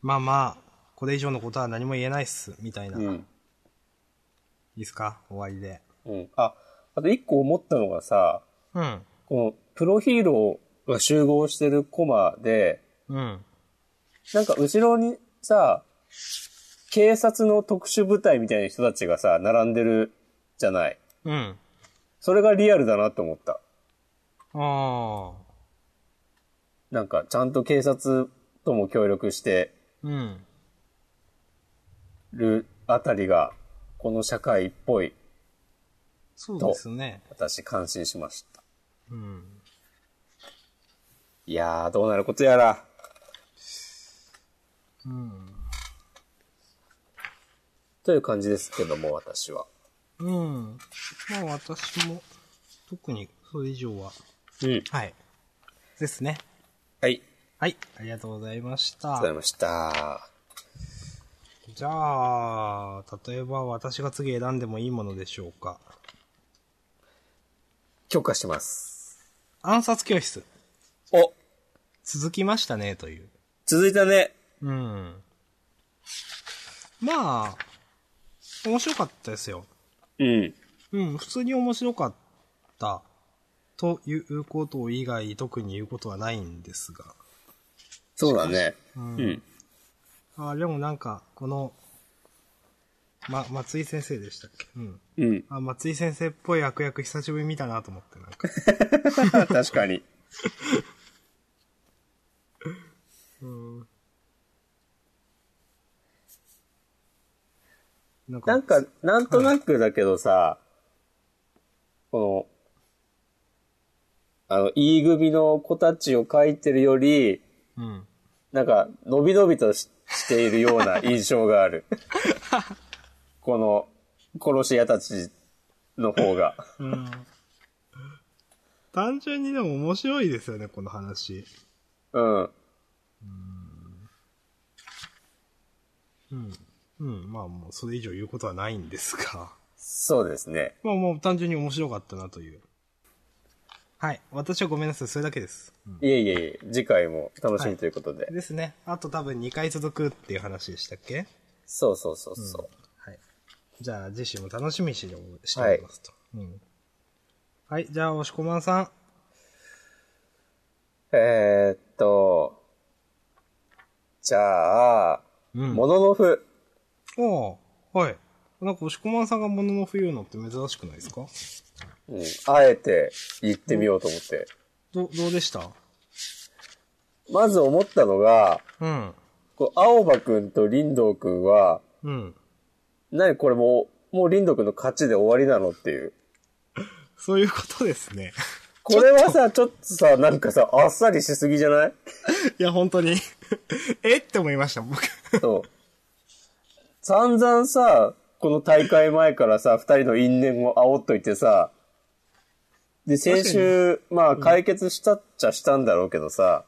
Speaker 2: まあまあ、これ以上のことは何も言えないっす、みたいな。
Speaker 1: う
Speaker 2: い
Speaker 1: ん。
Speaker 2: いっすか終わりで。
Speaker 1: うん。あ、あと一個思ったのがさ、
Speaker 2: うん。
Speaker 1: このプロヒーローが集合してるコマで、
Speaker 2: うん。
Speaker 1: なんか後ろにさ、警察の特殊部隊みたいな人たちがさ、並んでるじゃない。
Speaker 2: うん。
Speaker 1: それがリアルだなって思った。
Speaker 2: ああ。
Speaker 1: なんか、ちゃんと警察とも協力して
Speaker 2: うん。
Speaker 1: るあたりが、この社会っぽい、
Speaker 2: そうですね。
Speaker 1: 私、感心しました。
Speaker 2: うん。
Speaker 1: いやー、どうなることやら。
Speaker 2: うん。
Speaker 1: という感じですけども、私は。
Speaker 2: うん。まあ私も、特にそれ以上は。
Speaker 1: うん。
Speaker 2: はい。ですね。
Speaker 1: はい。
Speaker 2: はい、ありがとうございまし
Speaker 1: ありがとうござ
Speaker 2: た
Speaker 1: い。ました。
Speaker 2: じゃあ、例えば私が次選んでもいいものでしょうか。
Speaker 1: 許可してます。
Speaker 2: 暗殺教室。
Speaker 1: お
Speaker 2: 続きましたね、という。
Speaker 1: 続いたね。
Speaker 2: うん。まあ、面白かったですよ。
Speaker 1: うん。
Speaker 2: うん、普通に面白かった。ということ以外、特に言うことはないんですが。
Speaker 1: そうだね。うん。
Speaker 2: あーでもなんか、この、ま、松井先生でしたっけうん。
Speaker 1: うん。
Speaker 2: あ、松井先生っぽい悪役久しぶりに見たなと思って、なん か。
Speaker 1: 確かに。
Speaker 2: なんか、
Speaker 1: なんか、なんとなくだけどさ、この、あの、E 組の子たちを描いてるより、
Speaker 2: うん。
Speaker 1: なんか、伸び伸びとししているような印象がある。この、殺し屋たちの方が。
Speaker 2: うん。 単純にでも面白いですよね、この話。
Speaker 1: うん。
Speaker 2: うん。うん、まあもうそれ以上言うことはないんですが。
Speaker 1: そうですね。
Speaker 2: まあもう単純に面白かったなという。はい。私はごめんなさい。それだけです。
Speaker 1: いえいえいえ、次回も楽しみということで。
Speaker 2: ですね。あと多分2回続くっていう話でしたっけ
Speaker 1: そうそうそうそう。
Speaker 2: はい。じゃあ次週も楽しみにしておりますと。うん。はい。じゃあ、押しこまんさん。
Speaker 1: えー、っと、じゃあ、
Speaker 2: うん
Speaker 1: もののふ。
Speaker 2: おおはい。なんか押しこまんさんがものの冬のって珍しくないですか
Speaker 1: うんあえて言ってみようと思って。
Speaker 2: ど、どうでした
Speaker 1: まず思ったのが、
Speaker 2: うん。
Speaker 1: こう青葉くんと林道くんは、
Speaker 2: うん。
Speaker 1: 何これもう、もう林道くんの勝ちで終わりなのっていう。
Speaker 2: そういうことですね。
Speaker 1: これはさ、ちょっとさ、なんかさ、あっさりしすぎじゃない
Speaker 2: いや、本当に。 えって思いました、僕。
Speaker 1: そう。散々さ、この大会前からさ、二人の因縁を煽っといてさ、で、先週、まあ、解決したっちゃしたんだろうけどさ、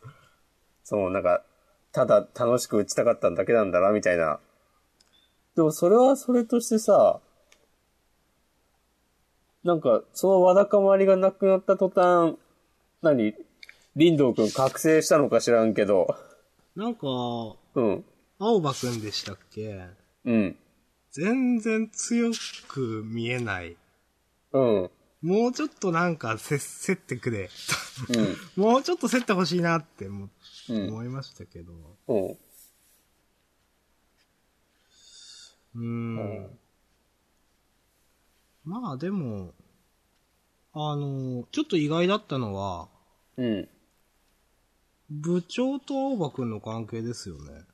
Speaker 1: その、なんか、ただ楽しく打ちたかっただけなんだな、みたいな。でも、それはそれとしてさ、なんか、そのわだかまりがなくなった途端、何林道くん覚醒したのか知らんけど、
Speaker 2: なんか、青
Speaker 1: うん、
Speaker 2: 葉くんでしたっけ
Speaker 1: うん、
Speaker 2: 全然強く見えない。
Speaker 1: うん。
Speaker 2: もうちょっとなんか、せ、せってくれ。
Speaker 1: うん
Speaker 2: もうちょっと競ってほしいなって思,、
Speaker 1: うん
Speaker 2: 思いましたけど。
Speaker 1: うん。
Speaker 2: うーん。まあでも、あの、ちょっと意外だったのは、
Speaker 1: うん。
Speaker 2: 部長と青葉くんの関係ですよね。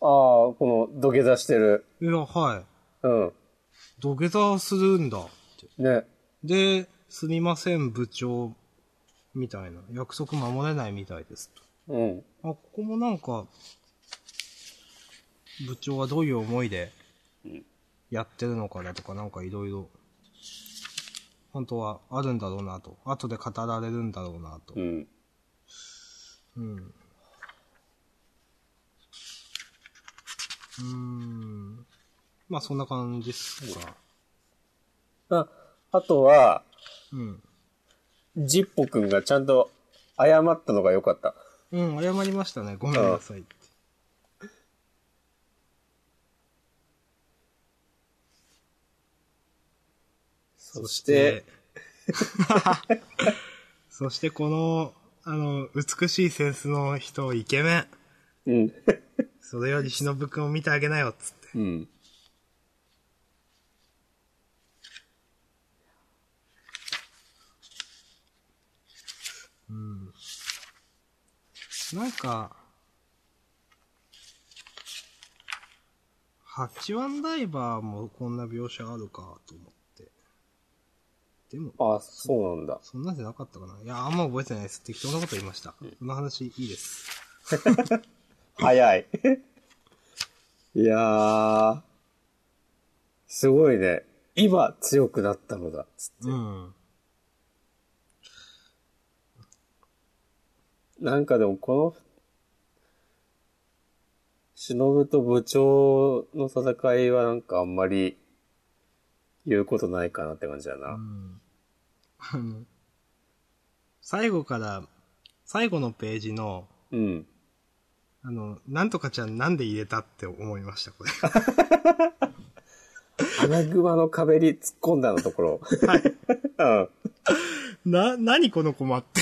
Speaker 1: ああ、この土下座してる。
Speaker 2: いや、は
Speaker 1: うん。
Speaker 2: い。土下座するんだって。
Speaker 1: ね。
Speaker 2: で、すみません、部長。みたいな。約束守れないみたいですと。
Speaker 1: うん。
Speaker 2: あ、ここもなんか、部長はどういう思いでやってるのかなとか、なんかいろいろ、本当はあるんだろうなと。後で語られるんだろうなと
Speaker 1: う。ん。
Speaker 2: うん。うーん。まあそんな感じっすか。
Speaker 1: あ、あとは、
Speaker 2: うん。
Speaker 1: ジッポくんがちゃんと謝ったのが良かった。
Speaker 2: うん、謝りましたね。ごめんなさいって。
Speaker 1: そし
Speaker 2: で
Speaker 1: て、、
Speaker 2: そしてこの、あの、美しいセンスの人、イケメン。
Speaker 1: うん。
Speaker 2: それより忍君を見てあげなよ、つっ
Speaker 1: う
Speaker 2: て。
Speaker 1: ん。
Speaker 2: なんか、八番ダイバーもこんな描写あるか、と思って。でも、
Speaker 1: あ、そうなんだ。
Speaker 2: そんなんじゃなかったかな。いや、あんま覚えてないです。適当なこと言いました。この話いいです。
Speaker 1: 早い。 いやー、すごいね。今強くなったのだ。つ
Speaker 2: うん。
Speaker 1: なんかでもこの、忍と部長の戦いはなんかあんまり言うことないかなって感じだな。
Speaker 2: あの最後から、最後のページの、
Speaker 1: うん。
Speaker 2: あの、なんとかちゃんなんで入れたって思いました、これ。
Speaker 1: 穴熊の壁に突っ込んだのところ。はい。
Speaker 2: な、何このコマって。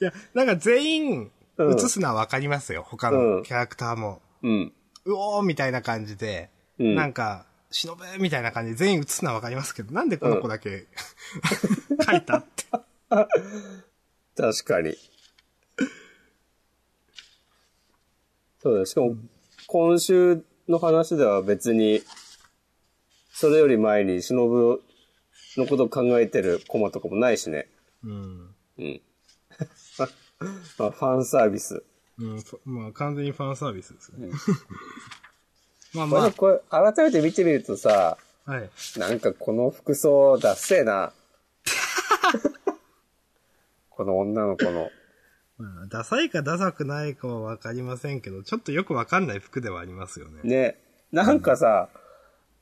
Speaker 2: いや、なんか全員、
Speaker 1: うん
Speaker 2: 映すのはわかりますよ、他
Speaker 1: う
Speaker 2: の
Speaker 1: ん
Speaker 2: キャラクターも。
Speaker 1: うん。うん。
Speaker 2: うおーみたいな感じで、
Speaker 1: うん
Speaker 2: なんか、忍べみたいな感じで全員映すのはわかりますけど、なんでこの子だけ、 書いたって。
Speaker 1: 確かに。そうだ、しかも、今週の話では別に、それより前に忍のことを考えてるコマとかもないしね。
Speaker 2: うん。
Speaker 1: うん。 まあ、ファンサービス。
Speaker 2: うん、そまあ完全にファンサービスですね。 まあ
Speaker 1: まあ、
Speaker 2: ま
Speaker 1: これ、改めて見てみるとさ、
Speaker 2: あ、はい。
Speaker 1: なんかこの服装、ダッセーな。 この女の子の。
Speaker 2: まあ、ダサいかダサくないかはわかりませんけど、ちょっとよくわかんない服ではありますよね。
Speaker 1: ね。なんかさ、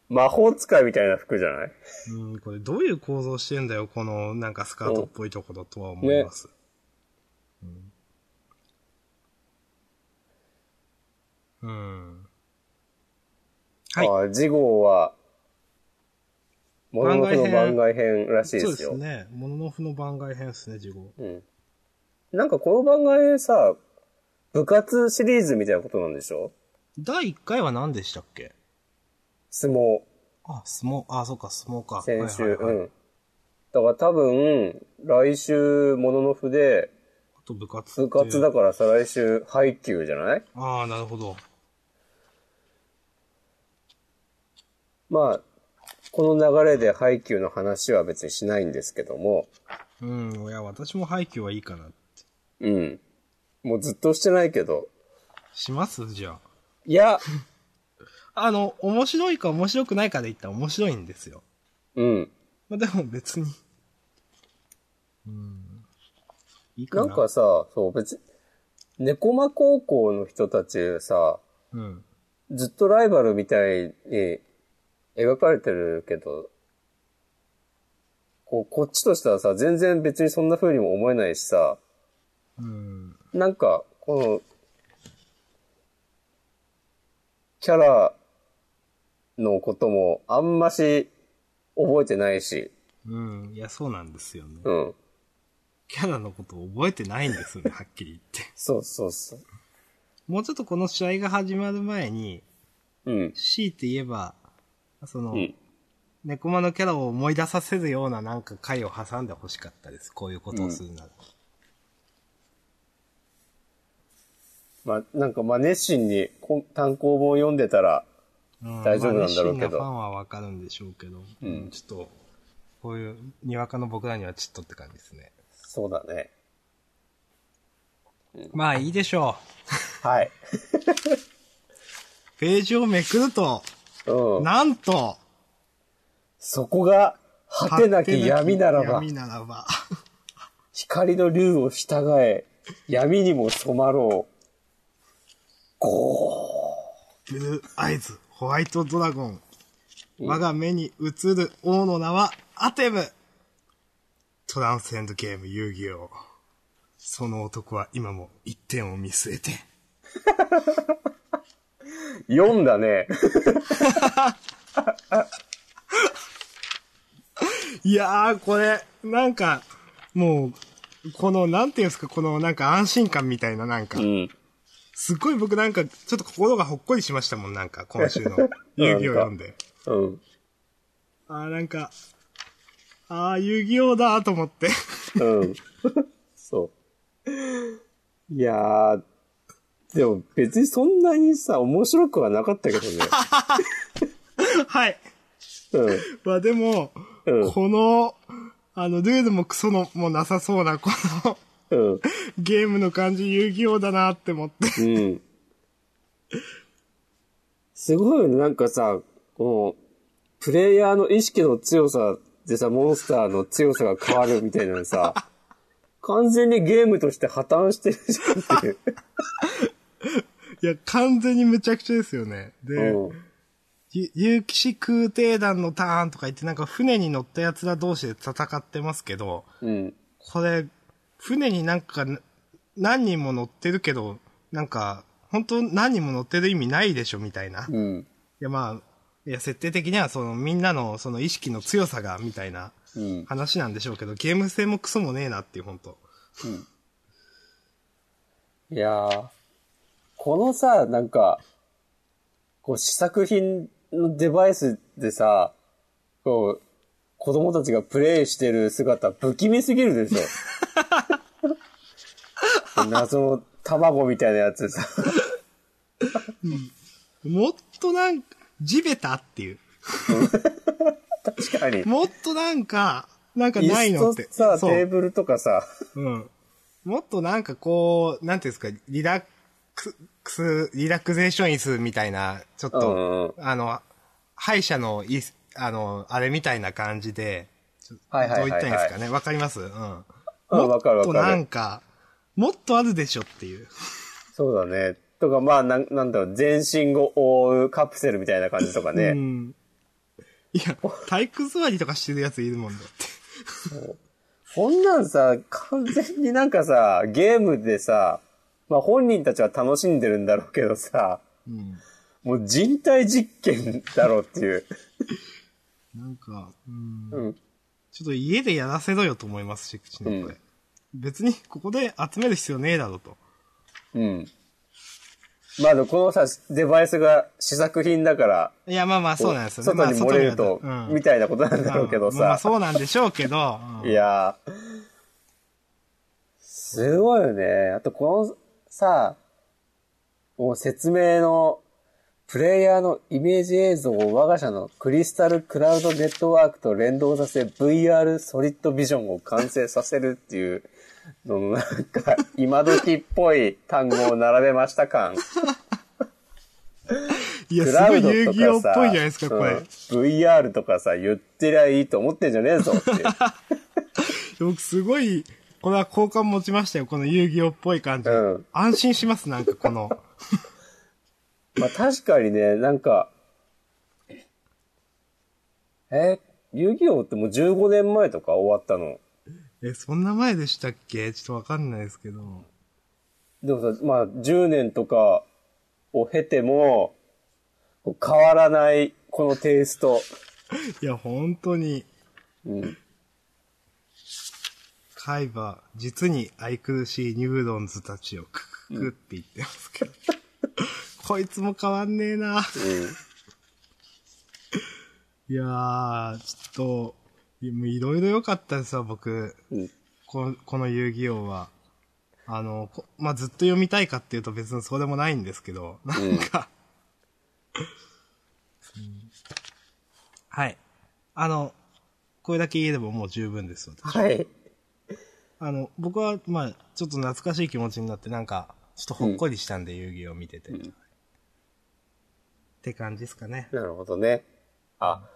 Speaker 1: 魔法使いみたいな服じゃない
Speaker 2: うん、これどういう構造してんだよ、このなんかスカートっぽいところとは思います。うん。うん。はい
Speaker 1: ああ、次号は、もののふの番
Speaker 2: 番
Speaker 1: 外編らしいで
Speaker 2: そうです
Speaker 1: よ。
Speaker 2: すね。もののふの番外編ですね、事後。
Speaker 1: うん。なんかこの番外編さ、部活シリーズみたいなことなんでしょ
Speaker 2: 第1回は何でしたっけ
Speaker 1: 相撲、
Speaker 2: あ、相撲、あ、そうか、相撲か。
Speaker 1: 先週。
Speaker 2: はいはいはい
Speaker 1: うん。だから多分、来週、もののふで、
Speaker 2: あと部活って
Speaker 1: 部
Speaker 2: いう。
Speaker 1: 活だから再来週、配給じゃない
Speaker 2: ああ、なるほど。
Speaker 1: まあ、この流れで配給の話は別にしないんですけども、
Speaker 2: うん、いや、私も配給はいいかな。
Speaker 1: うん。もうずっとしてないけど、
Speaker 2: しますじゃ
Speaker 1: いや、
Speaker 2: あ。あの、面白いか面白くないかで言ったら面白いんですよ。
Speaker 1: うん。
Speaker 2: まあ、でも別に。うん。いいか
Speaker 1: な
Speaker 2: な。
Speaker 1: んかさ、そう別に、猫間高校の人たちさ、
Speaker 2: うん。
Speaker 1: ずっとライバルみたいに描かれてるけど、こう、こっちとしてはさ、全然別にそんな風にも思えないしさ、
Speaker 2: うん。
Speaker 1: なんか、この、キャラのこともあんまし覚えてないし、
Speaker 2: うん。いや、そうなんですよね。
Speaker 1: うん。
Speaker 2: キャラのことを覚えてないんです よね、はっきり言って。
Speaker 1: そうそうそう。
Speaker 2: もうちょっとこの試合が始まる前に、
Speaker 1: うん。
Speaker 2: 強いて言えば、その、
Speaker 1: うん。
Speaker 2: 猫間のキャラを思い出させるようななんか回を挟んで欲しかったです。こういうことをするなら。
Speaker 1: まあ、なんか、まあ、熱心にこ単行本読んでたら、
Speaker 2: うん
Speaker 1: 大丈夫なんだろうけど
Speaker 2: まあ熱心なファンはわかるんでしょうけど、うんちょっと、こういう、にわかの僕らにはちょっとって感じですね。
Speaker 1: そうだね。
Speaker 2: まあいいでしょ
Speaker 1: はい。
Speaker 2: う。ページをめくると、
Speaker 1: うん。
Speaker 2: なんと、
Speaker 1: そこが、果てなき闇ならば
Speaker 2: 闇、ならば。
Speaker 1: 光の竜を従え、闇にも染まろう。ゴ
Speaker 2: ブルーアイズ、ホワイトドラゴン。我が目に映る王の名はアテム。トランスエンドゲーム遊戯王。その男は今も一点を見据えて。
Speaker 1: ー。読んだね。
Speaker 2: いやー、これ、なんか、もう、この、なんていうんですか、この、なんか安心感みたいな、なんか
Speaker 1: う、ん。
Speaker 2: すっごい僕なんか、ちょっと心がほっこりしましたもん、なんか、今週 の遊戯王読んで。
Speaker 1: うん。
Speaker 2: あー、なんか、あー、遊戯王だーと思って。
Speaker 1: うん。そう。いやー、でも別にそんなにさ、面白くはなかったけどね。
Speaker 2: はい。
Speaker 1: う
Speaker 2: まあでも、
Speaker 1: うん
Speaker 2: この、あの、ルールもクソのもなさそうな、この、
Speaker 1: ん。うん。
Speaker 2: ゲームの感じ、遊戯王だなって思って。
Speaker 1: うん。すごいよね。なんかさ、この、プレイヤーの意識の強さでさ、モンスターの強さが変わるみたいなのさ、完全にゲームとして破綻してるじゃんっていう。
Speaker 2: いや、完全にむちゃくちゃですよね。で、
Speaker 1: うん。
Speaker 2: ゆ有機士空挺団のターンとか言ってなんか船に乗った奴ら同士で戦ってますけど、
Speaker 1: うん。
Speaker 2: これ、船になんかな何人も乗ってるけど、なんか、本当何人も乗ってる意味ないでしょみたいな。い
Speaker 1: うん。
Speaker 2: やまあ、いや設定的にはそのみんなのその意識の強さがみたいな
Speaker 1: うん。
Speaker 2: 話なんでしょうけど、ゲーム性もクソもねえなっていう本当
Speaker 1: いやー、このさ、なんか、こう試作品のデバイスでさ、こう、子供たちがプレイしてる姿不気味すぎるでし ょ。謎の卵みたいなやつさ。
Speaker 2: もっとなんか、地べたっていう。
Speaker 1: 確かに。
Speaker 2: もっとなんか、なんかないの
Speaker 1: 椅
Speaker 2: っ
Speaker 1: 子
Speaker 2: て
Speaker 1: と。さ、
Speaker 2: そう
Speaker 1: テーブルとかさ、
Speaker 2: うん。もっとなんかこう、なんていうんですか、リラックス、リラクゼーション椅子みたいな、ちょっと、あの、歯医者の椅子、あの、あれみたいな感じで、ちょ
Speaker 1: はいはいはいはい
Speaker 2: どう言ったらいいんですかね。わかりますうん。も
Speaker 1: うんわかるわ
Speaker 2: っ
Speaker 1: かる
Speaker 2: となんか、もっとあるでしょっていう。
Speaker 1: そうだね。とか、まあ、なんなんだろう、全身を覆うカプセルみたいな感じとかね。
Speaker 2: うん。いや、体育座りとかしてるやついるもんだって。
Speaker 1: こんなんさ、完全になんかさ、ゲームでさ、まあ本人たちは楽しんでるんだろうけどさ、
Speaker 2: うん。
Speaker 1: もう人体実験だろうっていう。
Speaker 2: なんか、うん。
Speaker 1: うん。
Speaker 2: ちょっと家でやらせろよと思います、シクチね、これ。
Speaker 1: うん
Speaker 2: 別に、ここで集める必要ねえだろうと。
Speaker 1: うん。まあでもこのさ、デバイスが試作品だから、
Speaker 2: いや、まあまあ、そうなんですよね。
Speaker 1: 外に漏れると、
Speaker 2: まあ外には
Speaker 1: みたいなことなんだろうけど
Speaker 2: うんまあまあ
Speaker 1: さ。
Speaker 2: そうなんでしょうけど、うん
Speaker 1: いやー、すごいよね。あとこのさ、もう説明の、プレイヤーのイメージ映像を我が社のクリスタルクラウドネットワークと連動させ VR ソリッドビジョンを完成させるっていうののなんか今時っぽい単語を並べました感。
Speaker 2: いや、
Speaker 1: ク
Speaker 2: す
Speaker 1: ラ
Speaker 2: ご
Speaker 1: ウド
Speaker 2: い遊
Speaker 1: と
Speaker 2: 戯王っ
Speaker 1: かさ、
Speaker 2: ぽいじゃないですか、こ
Speaker 1: う
Speaker 2: れ
Speaker 1: ん。VR とかさ、言ってりゃいいと思ってんじゃねえぞっていう。
Speaker 2: 僕、すごい、これは好感持ちましたよ、この遊戯王っぽい感じ。
Speaker 1: うん
Speaker 2: 安心します、なんかこの。
Speaker 1: まあ確かにね、なんか、え、遊戯王ってもう15年前とか終わったの。
Speaker 2: え、そんな前でしたっけちょっとわかんないですけど。
Speaker 1: でもさ、まあ10年とかを経ても、こう変わらないこのテイスト。
Speaker 2: いや、本当に、
Speaker 1: うん。
Speaker 2: 海馬、実に愛くるしいニューロンズたちをククククって言ってますけど。こいつも変わんねえな。いやー、ちょっと、いもういろいろ良かったですわ、僕。
Speaker 1: うん。うん。
Speaker 2: このこの遊戯王は。あの、こまあ、ずっと読みたいかっていうと別にそうでもないんですけど、なんか、うんはい。あの、これだけ言えればもう十分ですよ。
Speaker 1: はい。
Speaker 2: あの、僕は、まあ、ちょっと懐かしい気持ちになって、なんか、ちょっとほっこりしたんで、遊戯王見てて。って感じですかね。
Speaker 1: なるほどね。あ、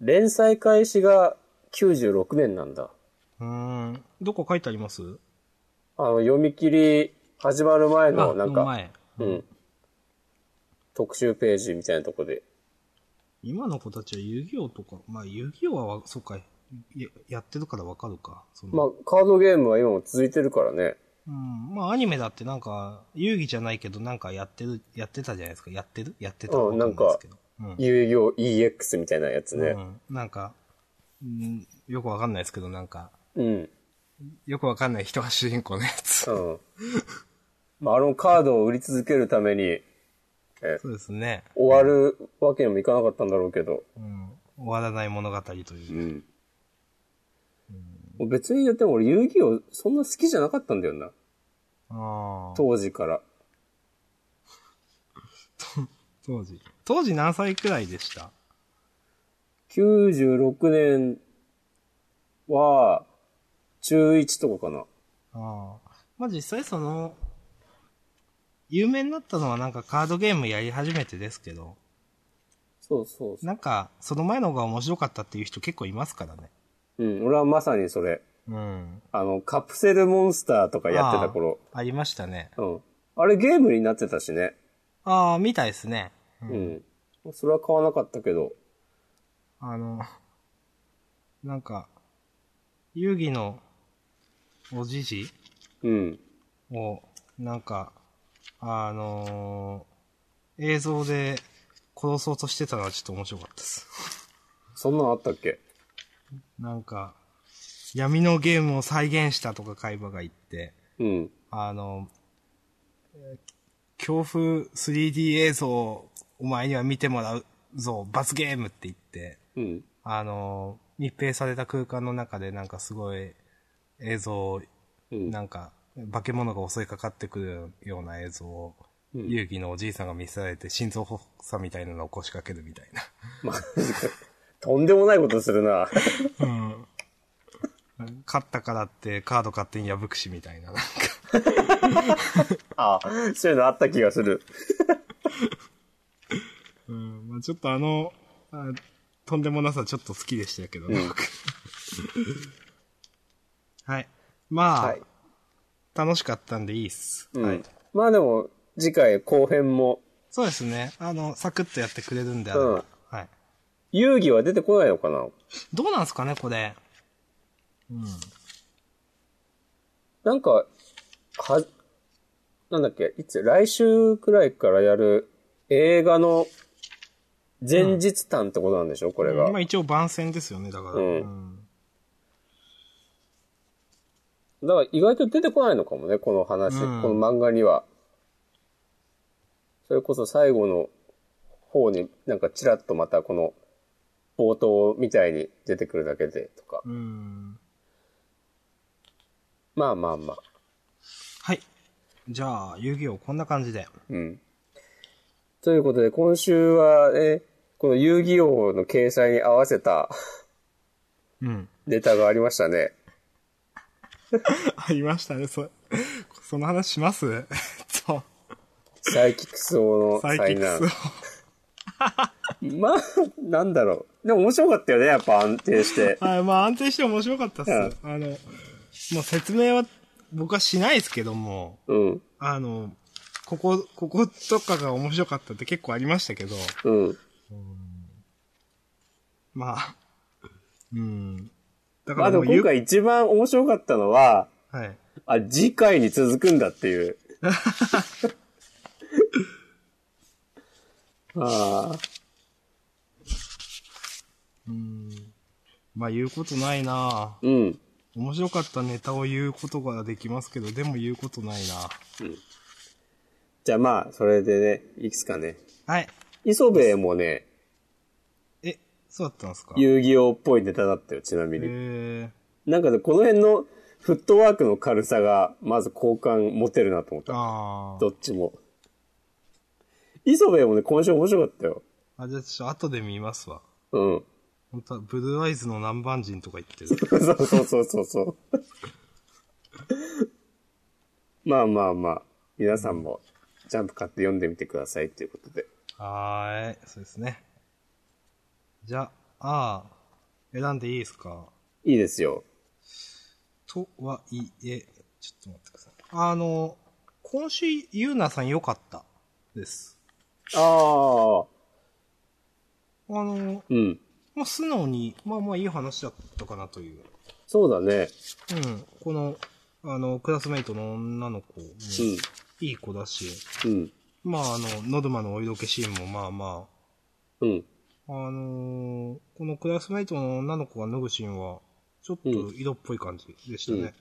Speaker 1: 連載開始が96年なんだ。
Speaker 2: うーん。どこ書いてあります
Speaker 1: あの、読み切り始まる前
Speaker 2: あ、
Speaker 1: のなん
Speaker 2: の
Speaker 1: か、
Speaker 2: 前。
Speaker 1: うん。特集ページみたいなとこで。
Speaker 2: 今の子たちは遊戯王とか、まあ遊戯王は、そうか、ややってるからわかるか。その
Speaker 1: まあ、カードゲームは今も続いてるからね。
Speaker 2: うん。まあアニメだってなんか、遊戯じゃないけど、なんかやってる、やってたじゃないですか。やってるやってた
Speaker 1: うん
Speaker 2: わいですけどうん
Speaker 1: 遊戯王 EX みたいなやつね。
Speaker 2: うん。なんか、うん、よくわかんないですけど、なんか、
Speaker 1: うん。
Speaker 2: よくわかんない人が主人公のやつ。
Speaker 1: うん。まあ、あのカードを売り続けるために
Speaker 2: そうですね。
Speaker 1: 終わるわけにもいかなかったんだろうけど。
Speaker 2: うん。終わらない物語という。
Speaker 1: ん。別に言っても俺遊戯王そんな好きじゃなかったんだよな。
Speaker 2: ああ。
Speaker 1: 当時から。
Speaker 2: 当時。当時何歳くらいでした
Speaker 1: 96年は、中1とかかな。
Speaker 2: ああ。まあ、実際その、有名になったのはなんかカードゲームやり始めてですけど、
Speaker 1: そうそうそ
Speaker 2: なんかその前の方が面白かったっていう人結構いますからね。
Speaker 1: う。うん。俺はまさにそれ。
Speaker 2: うん。
Speaker 1: あの、カプセルモンスターとかやってた頃。
Speaker 2: ああ。ありましたね。
Speaker 1: うん。あれゲームになってたしね。
Speaker 2: ああ、みたいですね。
Speaker 1: うん。それは買わなかったけど、
Speaker 2: あの、なんか、遊戯のおじじ
Speaker 1: うん。
Speaker 2: を、なんか、あのー映像で殺そうとしてたのはちょっと面白かったです。
Speaker 1: そんなんあったっけ
Speaker 2: なんか、闇のゲームを再現したとか海馬が言って、
Speaker 1: うん。
Speaker 2: あの、えー強風 3D 映像をお前には見てもらうぞ、罰ゲームって言って、
Speaker 1: うん。
Speaker 2: あの、密閉された空間の中でなんかすごい映像を、
Speaker 1: うん
Speaker 2: なんか化け物が襲いかかってくるような映像を、遊戯のおじいさんが見せられて心臓発作みたいなのを腰掛けるみたいな。
Speaker 1: とんでもないことするな。
Speaker 2: 勝ったからってカード勝手に破くしみたいな。なんか
Speaker 1: あそういうのあった気がする。
Speaker 2: うん、まあちょっとあの、あとんでもなさちょっと好きでしたけどね、僕はい。まあ、
Speaker 1: はい。
Speaker 2: 楽しかったんでいいっす。
Speaker 1: うん
Speaker 2: はい。
Speaker 1: まあでも、次回後編も、
Speaker 2: そうですね。あの、サクッとやってくれるんであれば。
Speaker 1: うん
Speaker 2: はい。
Speaker 1: 遊戯は出てこないのかな
Speaker 2: どうなんすかね、これ。
Speaker 1: なんか、は、なんだっけ、いつ、来週くらいからやる映画の前日談ってことなんでしょ、これが。
Speaker 2: 今一応番宣ですよね、だから。
Speaker 1: うん
Speaker 2: ん
Speaker 1: だから意外と出てこないのかもね、この話、
Speaker 2: うん
Speaker 1: この漫画には。それこそ最後の方になんかちらっとまたこの冒頭みたいに出てくるだけでとか。
Speaker 2: うん。
Speaker 1: まあまあまあ。
Speaker 2: はい。じゃあ、遊戯王こんな感じで。
Speaker 1: うん。ということで今週は、え、この遊戯王の掲載に合わせた
Speaker 2: うん。
Speaker 1: ネタがありましたね。
Speaker 2: ありましたね、そ、 その話します えっと、
Speaker 1: サイキックス王の
Speaker 2: サイキ
Speaker 1: 災難
Speaker 2: ック。
Speaker 1: まあ、なんだろう。でも面白かったよね、やっぱ安定して。
Speaker 2: はい、まあ安定して面白かったっす。
Speaker 1: う
Speaker 2: あの、もう説明は僕はしないですけども、
Speaker 1: うん。
Speaker 2: あの、ここ、こことかが面白かったって結構ありましたけど、
Speaker 1: うん。
Speaker 2: まあ、うん。だか
Speaker 1: まあ
Speaker 2: ら
Speaker 1: で
Speaker 2: も
Speaker 1: も
Speaker 2: う
Speaker 1: 今
Speaker 2: ゆ、
Speaker 1: 回一番面白かったのは、
Speaker 2: はい。
Speaker 1: あ、次回に続くんだって いう。ああ、
Speaker 2: まあ言うことないなぁ
Speaker 1: うん。
Speaker 2: 面白かったネタを言うことができますけど、でも言うことないなぁ
Speaker 1: じゃあまあ、それでね、いくつかね。
Speaker 2: はい。
Speaker 1: 磯部もね、
Speaker 2: え、そうだったんですかえ
Speaker 1: 遊戯王っぽいネタだったよ、ちなみに。
Speaker 2: ー、
Speaker 1: なんかね、この辺のフットワークの軽さが、まず好感持てるなと思った。
Speaker 2: あー
Speaker 1: どっちも。磯部もね、今週面白かったよ。
Speaker 2: あ。じゃあちょっと後で見ますわ。
Speaker 1: うん。
Speaker 2: 本当は、ブルーアイズの南蛮人とか言って
Speaker 1: そ
Speaker 2: る。
Speaker 1: うそうそうそうそう。 まあまあまあ、皆さんもジャンプ買って読んでみてくださいということで。
Speaker 2: はーい、そうですね。じゃあ、あー選んでいいですか
Speaker 1: いいですよ。
Speaker 2: とはいえ、ちょっと待ってください。あの、今週、ゆうなさん良かったです。
Speaker 1: ああ、
Speaker 2: あの、
Speaker 1: うん。
Speaker 2: まあ、素直に、まあまあいい話だったかなという。
Speaker 1: そうだね。
Speaker 2: うん、この、あの、クラスメイトの女の子も、いい子だし、
Speaker 1: うん。うん。
Speaker 2: まああの、ノルマのお色気シーンもまあまあ、
Speaker 1: うん。
Speaker 2: あのーこのクラスメイトの女の子が脱ぐシーンは、ちょっと色っぽい感じでしたね。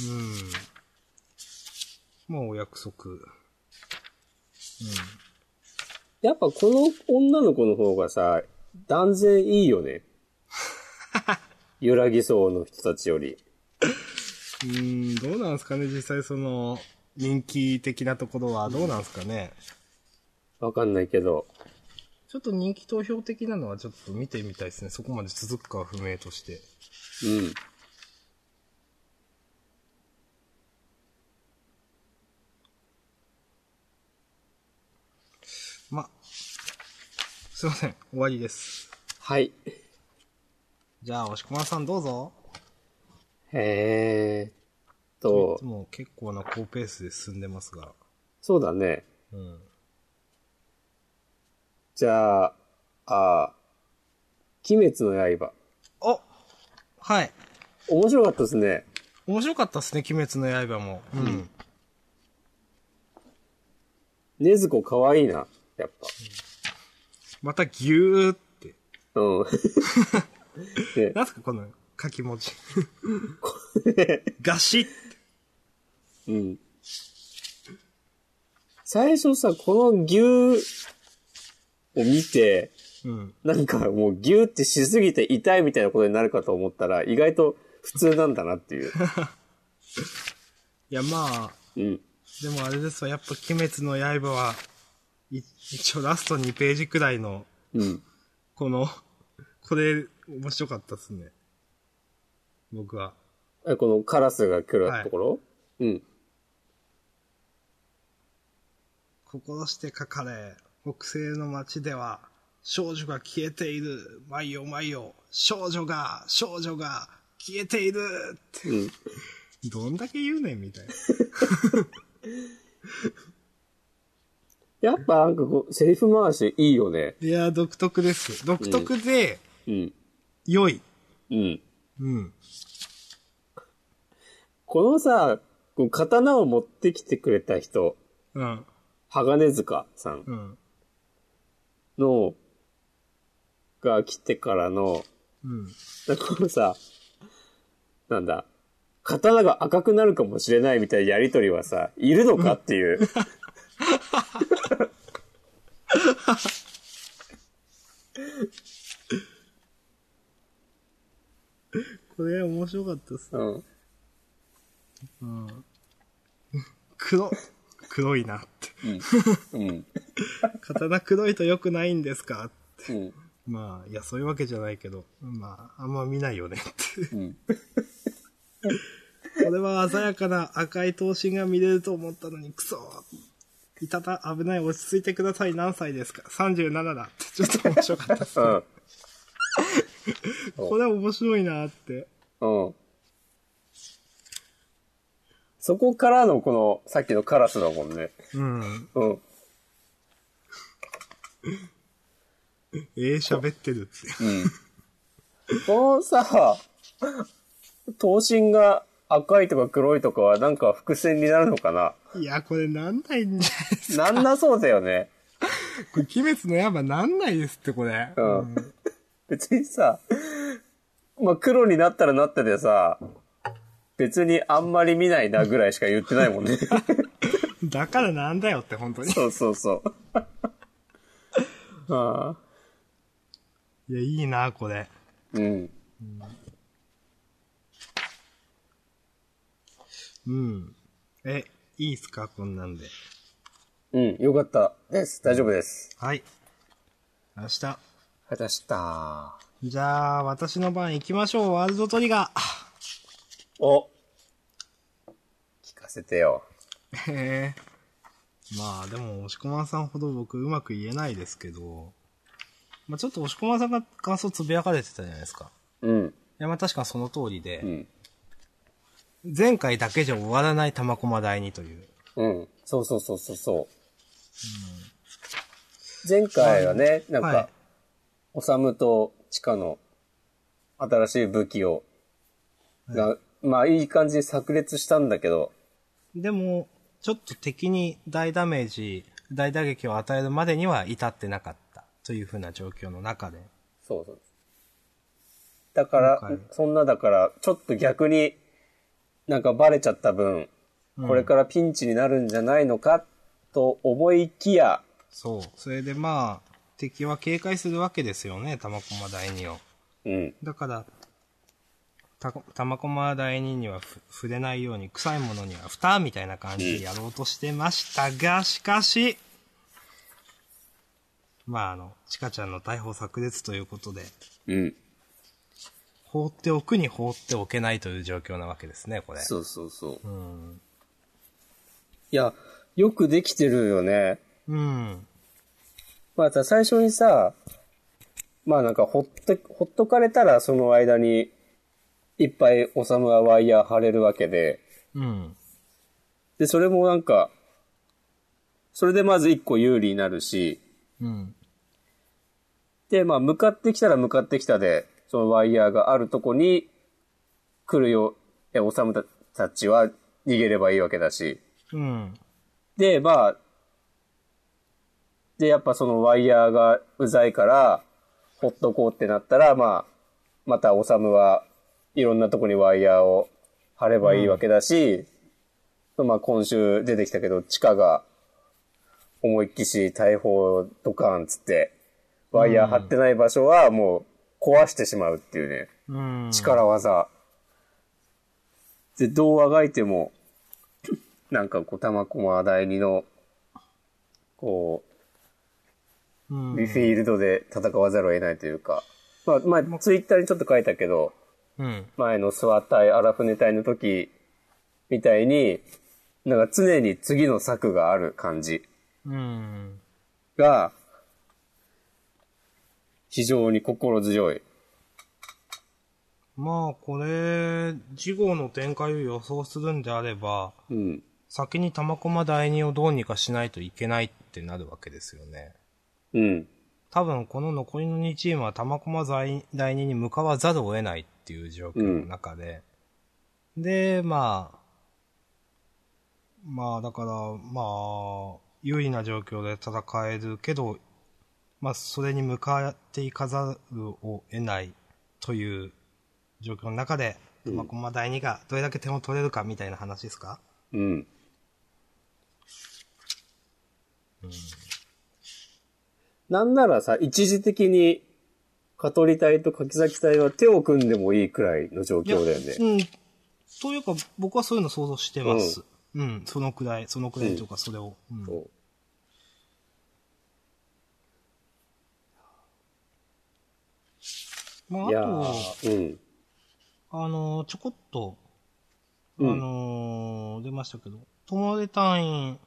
Speaker 2: うん。まあ、お約束。
Speaker 1: やっぱこの女の子の方がさ、断然いいよね。揺らぎそうの人たちより。
Speaker 2: うん、どうなんですかね実際その、人気的なところはどうなんですかね、
Speaker 1: わかんないけど。
Speaker 2: ちょっと人気投票的なのはちょっと見てみたいですね。そこまで続くかは不明として。
Speaker 1: うん。
Speaker 2: ま、すいません。終わりです。
Speaker 1: はい。
Speaker 2: じゃあ、押し込まさんどうぞ。
Speaker 1: えーっ
Speaker 2: い
Speaker 1: と
Speaker 2: つ、も結構な高ペースで進んでますが。
Speaker 1: そうだね。じゃあ、あー鬼滅の刃。
Speaker 2: おはい。
Speaker 1: 面白かったですね。
Speaker 2: 面白かったですね、鬼滅の刃も。うん。
Speaker 1: 禰豆子可愛いな、やっぱ。
Speaker 2: またギューって。
Speaker 1: うん。 で、
Speaker 2: なんすか、この書き文字。 ガシッ
Speaker 1: うん。最初さ、この牛を見て、
Speaker 2: うん。
Speaker 1: なんかもうギューってしすぎて痛いみたいなことになるかと思ったら、意外と普通なんだなっていう。
Speaker 2: いや、まあ、
Speaker 1: うん。
Speaker 2: でもあれですわ、やっぱ鬼滅の刃は、い一応ラスト2ページくらいの、
Speaker 1: うん。
Speaker 2: この、これ、面白かったですね。僕は。
Speaker 1: えこのカラスが来るところ、うん。
Speaker 2: 心して書かれ、北西の街では、少女が消えている、毎夜毎夜、少女が、少女が、消えているって、
Speaker 1: うん。
Speaker 2: どんだけ言うねんみたいな。
Speaker 1: やっぱなんかこう、セリフ回しいいよね。
Speaker 2: いやー、独特です。独特で、
Speaker 1: うん。
Speaker 2: 良い。
Speaker 1: うん。
Speaker 2: うん。
Speaker 1: このさ、こう刀を持ってきてくれた人、
Speaker 2: うん。
Speaker 1: 鋼塚さん
Speaker 2: うん。
Speaker 1: の、が来てからの、
Speaker 2: うん。
Speaker 1: なんかこのさ、なんだ、刀が赤くなるかもしれないみたいなやりとりはさ、いるのかっていう。
Speaker 2: これ面白かったっすね。
Speaker 1: うん。
Speaker 2: 黒。黒いなって。
Speaker 1: うん。
Speaker 2: 刀黒いと良くないんですか
Speaker 1: うん。
Speaker 2: まあ、いや、そういうわけじゃないけど、まあ、あんま見ないよねって。
Speaker 1: うん。
Speaker 2: これは鮮やかな赤い刀身が見れると思ったのに、クソいたた、危ない、落ち着いてください、何歳ですか ?37 だって、ちょっと面白かったっす。
Speaker 1: うん。
Speaker 2: これは面白いなって。
Speaker 1: うん。そこからのこの、さっきのカラスだもんね。
Speaker 2: うん。
Speaker 1: うん。
Speaker 2: ええ喋ってるって。
Speaker 1: このさ、頭身が赤いとか黒いとかはなんか伏線になるのかない
Speaker 2: や、これなんないんじゃないです
Speaker 1: なんなそうだよね。
Speaker 2: か。これ、鬼滅の刃なんないですって、これ。
Speaker 1: うん。別にさ、まあ、黒になったらなってでさ、別にあんまり見ないなぐらいしか言ってないもん ね。
Speaker 2: だからなんだよって、本当に。
Speaker 1: そうそうそう。 ああ。
Speaker 2: いや、いいな、これ。
Speaker 1: うん。
Speaker 2: うん。え、いいっすか、こんなんで。
Speaker 1: うん、よかったです。大丈夫です。
Speaker 2: はい。明日。
Speaker 1: 果たした。
Speaker 2: じゃあ、私の番行きましょう。ワールドトリガー。
Speaker 1: お聞かせてよ。
Speaker 2: へえ。まあ、でも、押しこまんさんほど僕うまく言えないですけど、まあちょっと押しこまんさんが感想つぶやかれてたじゃないですか。
Speaker 1: うん。
Speaker 2: いや、まあ確かその通りで、
Speaker 1: ん
Speaker 2: 前回だけじゃ終わらない玉駒第二という。
Speaker 1: うん。そうそうそうそうそう。前回はね、なんか、
Speaker 2: はい
Speaker 1: おさむとチカの新しい武器を、が、まあいい感じに炸裂したんだけど、
Speaker 2: でも、ちょっと敵に大ダメージ、大打撃を与えるまでには至ってなかったというふうな状況の中で。
Speaker 1: そうそう。だから
Speaker 2: 今回、
Speaker 1: そんなだから、ちょっと逆になんかバレちゃった分、これからピンチになるんじゃないのかと思いきや、
Speaker 2: そう。それでまあ、敵は警戒するわけですよね、玉駒第二を。
Speaker 1: うん、
Speaker 2: だから、た、玉駒第二にはふ触れないように、臭いものには蓋みたいな感じでやろうとしてましたが、しかし、まああの、チカちゃんの逮捕炸裂ということで、
Speaker 1: うん。
Speaker 2: 放っておくに放っておけないという状況なわけですね、これ。
Speaker 1: そうそうそう。
Speaker 2: うん。
Speaker 1: いや、よくできてるよね。
Speaker 2: うん。
Speaker 1: まあさ、最初にさ、まあなんかほっと、ほっとかれたらその間に、いっぱいおさむがワイヤー張れるわけで、
Speaker 2: うん。
Speaker 1: で、それもなんか、それでまず一個有利になるし、
Speaker 2: うん。
Speaker 1: で、まあ、向かってきたら向かってきたで、そのワイヤーがあるとこに来るよ、え、おさむたちは逃げればいいわけだし。
Speaker 2: うん。
Speaker 1: で、まあ、で、やっぱそのワイヤーがうざいから、ほっとこうってなったら、まあ、またおさむはいろんなとこにワイヤーを貼ればいいわけだし、まあ今週出てきたけど、地下が思いっきし大砲ドカーンつって、ワイヤー張ってない場所はもう壊してしまうっていうね。
Speaker 2: うん。
Speaker 1: 力技。で、どうあがいても、なんかこう、玉駒第二の、こ
Speaker 2: うん
Speaker 1: う、。フィールドで戦わざるを得ないというか、まあ、まあ、ツイッターにちょっと書いたけど、
Speaker 2: うん。
Speaker 1: 前の諏訪隊、荒船隊の時みたいに、なんか常に次の策がある感じ
Speaker 2: うん。
Speaker 1: が、非常に心強い。
Speaker 2: まあ、これ、事後の展開を予想するんであれば、
Speaker 1: うん。
Speaker 2: 先に玉駒第二をどうにかしないといけないってなるわけですよね。
Speaker 1: うん。
Speaker 2: 多分この残りの2チームは玉駒在第2に向かわざるを得ないっていう状況の中で、で、まあ、まあだから、まあ、有利な状況で戦えるけど、まあそれに向かっていかざるを得ないという状況の中で、玉駒第2がどれだけ点を取れるかみたいな話ですか
Speaker 1: うん。なんならさ、一時的に、香取隊と柿崎隊は手を組んでもいいくらいの状況だよね。
Speaker 2: うん。というか、僕はそういうの想像してます。うん、そのくらい、そのくらいというか、それを。うん
Speaker 1: そう
Speaker 2: まあ、
Speaker 1: いや
Speaker 2: あ
Speaker 1: ー、うん。
Speaker 2: と、あのー、ちょこっと、あ
Speaker 1: うん
Speaker 2: のー出ましたけど、友江隊員、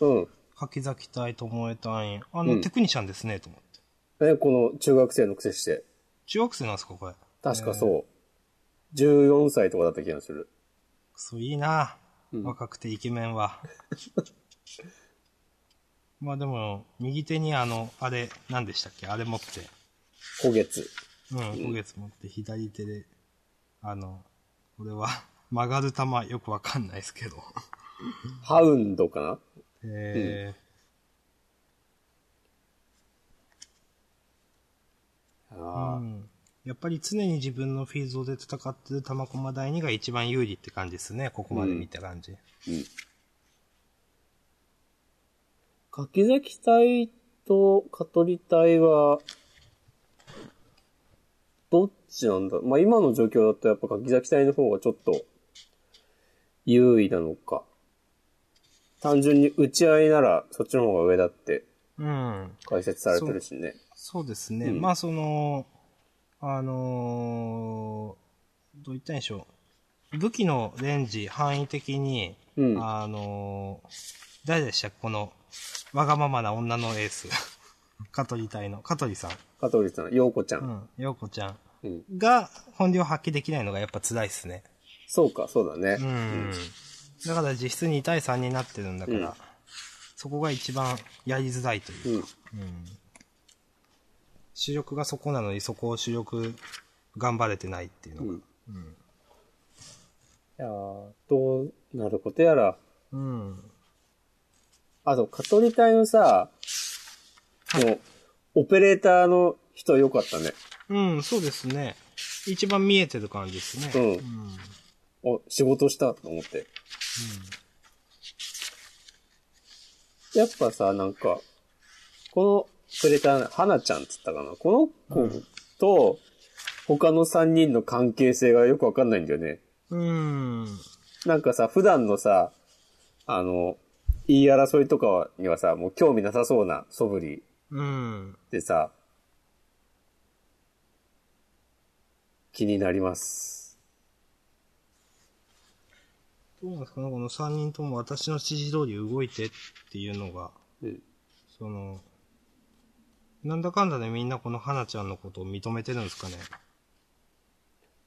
Speaker 1: うん。
Speaker 2: 柿崎隊、友江隊員、あの、
Speaker 1: うん
Speaker 2: テクニシャンですね、と思って。
Speaker 1: え、この中学生のくせして。
Speaker 2: 中学生なんですか、これ。
Speaker 1: 確かそう。14歳とかだった気がする。
Speaker 2: クソいいな、
Speaker 1: うん
Speaker 2: 若くてイケメ ンは。まあでも、右手にあの、あれ、何でしたっけあれ持って。
Speaker 1: 古月。
Speaker 2: うん、今月持って左手で、あの、これは 曲がる球よくわかんないですけど。
Speaker 1: ハウンドかな
Speaker 2: えー
Speaker 1: ああ、
Speaker 2: うんやっぱり常に自分のフィールドで戦ってる玉駒第2が一番有利って感じですね、ここまで見た感じ。
Speaker 1: 柿崎隊と香取隊は、どっちなんだまあ、今の状況だとやっぱ柿崎隊の方がちょっと、優位なのか。単純に打ち合いならそっちの方が上だって
Speaker 2: うん。
Speaker 1: 解説されてるしね。
Speaker 2: そうですね。
Speaker 1: うん
Speaker 2: まあ、その、あのーどう言ったらいいんでしょう。武器のレンジ、範囲的に、
Speaker 1: うん
Speaker 2: あのー誰でしたっけこの、わがままな女のエー ス。香取隊の、香取さん。
Speaker 1: 香取さん、陽子ちゃ。
Speaker 2: うんん、陽子ちゃん。
Speaker 1: うん。
Speaker 2: が、本領発揮できないのがやっぱ辛いっすね。
Speaker 1: そうか、そうだね。
Speaker 2: うん。だから実質2対3になってるんだから、
Speaker 1: うん
Speaker 2: そこが一番やりづらいという
Speaker 1: うん。
Speaker 2: 主力がそこなのにそこを主力頑張れてないっていうのが。
Speaker 1: いやーどうなることやら。
Speaker 2: うん。
Speaker 1: あと、香取隊のさ、もう、オペレーターの人良かったね。
Speaker 2: うん、そうですね。一番見えてる感じですね。
Speaker 1: うんお、仕事したと思って。やっぱさ、なんか、このくれた、花ちゃんって言ったかな。この子と、他の3人の関係性がよくわかんないんだよね。
Speaker 2: うん。うん。
Speaker 1: なんかさ、普段のさ、あの、言い争いとかにはさ、もう興味なさそうな素振り
Speaker 2: うん。
Speaker 1: でさ、気になります。
Speaker 2: どうなんですかね、この3人とも私の指示通り動いてっていうのが、
Speaker 1: うん。
Speaker 2: その、なんだかんだでみんなこの花ちゃんのことを認めてるんですかね。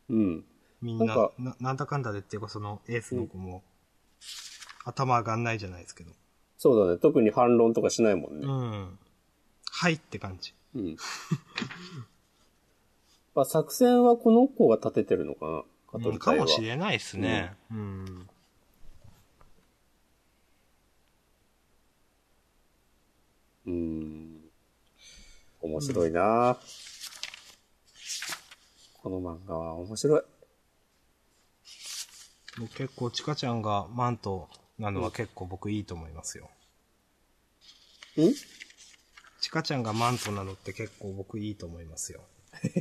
Speaker 1: うん。
Speaker 2: み
Speaker 1: な
Speaker 2: んな、なん
Speaker 1: か
Speaker 2: なんだかんだでっていうかそのエースの子も、頭上がんないじゃないですけど。
Speaker 1: そうだね。特に反論とかしないもんね。
Speaker 2: うん。はいって感じ。
Speaker 1: うん。 まあ、作戦はこの子が立ててるのかなカト
Speaker 2: う
Speaker 1: ル
Speaker 2: ん、か
Speaker 1: 隊は。
Speaker 2: もしれないですね。うん。
Speaker 1: うん。面白いな、この漫画は面白い。
Speaker 2: もう結構、チカちゃんがマントなのは結構僕いいと思いますよ。
Speaker 1: ん
Speaker 2: チカちゃんがマントなのって結構僕いいと思いますよ。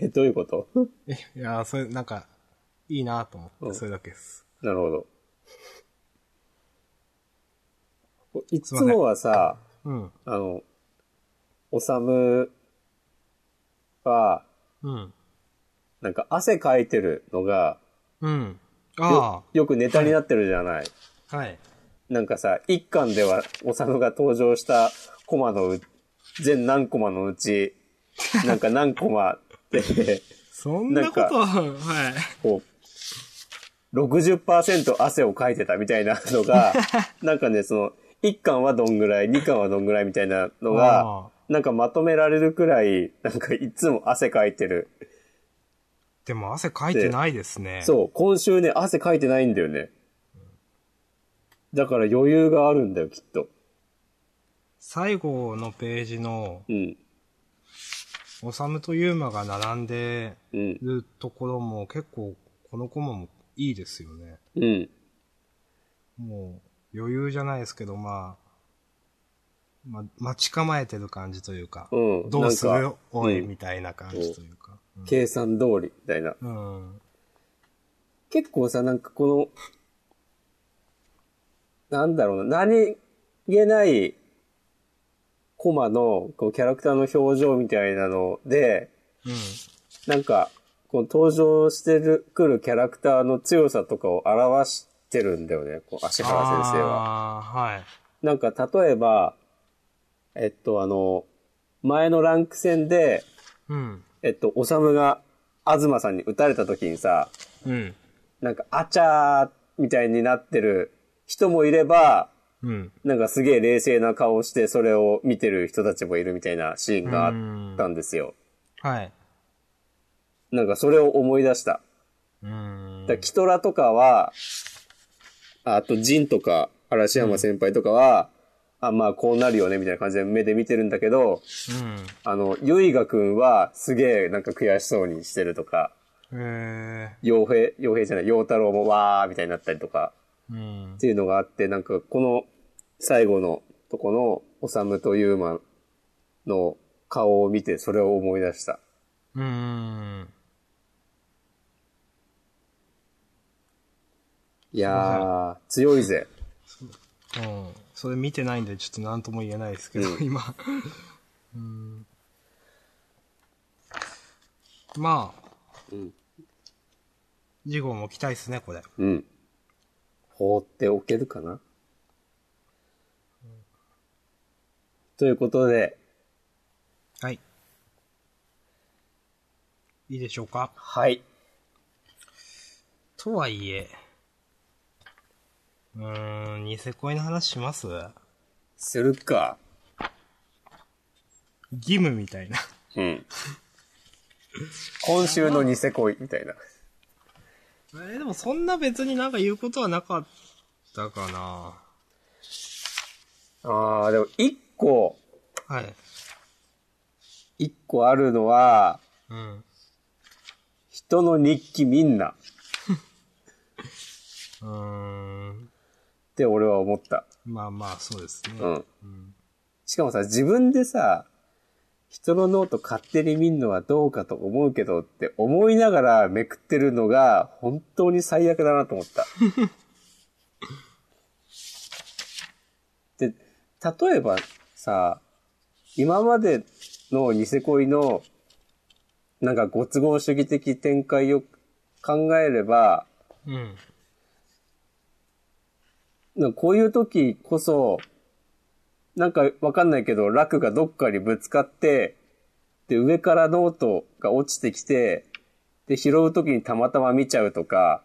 Speaker 1: えどういうこと
Speaker 2: え、いやー、それ、なんか、いいなと思って、それだけです。
Speaker 1: なるほど。いつもはさ、
Speaker 2: うん。
Speaker 1: あの、おさむは、
Speaker 2: うん。
Speaker 1: なんか汗かいてるのが、
Speaker 2: うん。
Speaker 1: よ
Speaker 2: あ
Speaker 1: よくネタになってるじゃない。
Speaker 2: あ、はい。
Speaker 1: なんかさ、一巻では、おさむが登場したコマのう、全何コマのうち、なんか何コマって、
Speaker 2: そんなことは、はい。
Speaker 1: こう、60%汗をかいてたみたいなの が、なんかね、その、1巻はどんぐらい、2巻はどんぐらいみたいなの
Speaker 2: あ
Speaker 1: が
Speaker 2: あ、
Speaker 1: なんかまとめられるくらい、なんかいつも汗かいてる。
Speaker 2: でも汗かいてないですね。う。
Speaker 1: そう、今週ね、汗かいてないんだよね。だから余裕があるんだよ、きっと。
Speaker 2: 最後のページの、
Speaker 1: うん、
Speaker 2: おさむとユーマが並んで
Speaker 1: うん、
Speaker 2: るところも結構、このコマもいいですよね。
Speaker 1: うん、
Speaker 2: もう、余裕じゃないですけど、まあ、ま、待ち構えてる感じというか、
Speaker 1: うん
Speaker 2: どうする
Speaker 1: なんか
Speaker 2: よ、おい、
Speaker 1: うん
Speaker 2: みたいな感じというか。
Speaker 1: 計算通り、みたいな。
Speaker 2: うん。うん
Speaker 1: 結構さ、なんかこの、なんだろうな、何気ないコマのこうキャラクターの表情みたいなので、
Speaker 2: うん。
Speaker 1: なんか、この登場してる、くるキャラクターの強さとかを表してるんだよね、こう、足原先生は。
Speaker 2: ああ、はい。
Speaker 1: なんか、例えば、えっと、あの、前のランク戦で、
Speaker 2: うん。
Speaker 1: えっと、おさむが、東さんに撃たれた時にさ、
Speaker 2: うん。
Speaker 1: なんか、あちゃーみたいになってる人もいれば、
Speaker 2: うん。
Speaker 1: なんかすげえ冷静な顔してそれを見てる人たちもいるみたいなシーンがあったんですよ。
Speaker 2: はい。
Speaker 1: なんかそれを思い出した。
Speaker 2: うーん。
Speaker 1: だからキトラとかは、あとジンとか嵐山先輩とかは、あ、まあこうなるよねみたいな感じで目で見てるんだけど、あの、ユイガくんはすげえなんか悔しそうにしてるとか、
Speaker 2: うん。え
Speaker 1: 傭兵、傭兵じゃない、傭太郎もわーみたいになったりとか。
Speaker 2: ー。うん
Speaker 1: っ。ていうのがあって、なんかこの最後のとこの、オサムとユーマの顔を見てそれを思い出した。
Speaker 2: うーん。
Speaker 1: いやー、強いぜ。
Speaker 2: うん。それ見てないんで、ちょっと何とも言えないですけど、今。うん。まあ。うん。次号も期待ですね、これ。
Speaker 1: うん。放っておけるかなということで、
Speaker 2: はい。いいでしょうか
Speaker 1: はい。
Speaker 2: とはいえ。うーん、ニセ恋の話します
Speaker 1: するか。
Speaker 2: 義務みたいな。
Speaker 1: うん。今週のニセ恋みたいな。
Speaker 2: えーでもそんな別になんか言うことはなかったかな。
Speaker 1: あー、でも一個、
Speaker 2: はい。
Speaker 1: 一個あるのは、
Speaker 2: うん。
Speaker 1: 人の日記みんなっ
Speaker 2: うーん。
Speaker 1: て俺は思った。
Speaker 2: まあまあ、そうですね。
Speaker 1: うん。しかもさ、自分でさ、人のノート勝手に見んのはどうかと思うけどって思いながらめくってるのが本当に最悪だなと思 った。で、例えばさ、今までのニセ恋のなんかご都合主義的展開を考えれば、
Speaker 2: うん。
Speaker 1: なんかこういう時こそ、なんかわかんないけど、楽がどっかにぶつかって、で、上からノートが落ちてきて、で、拾う時にたまたま見ちゃう とか、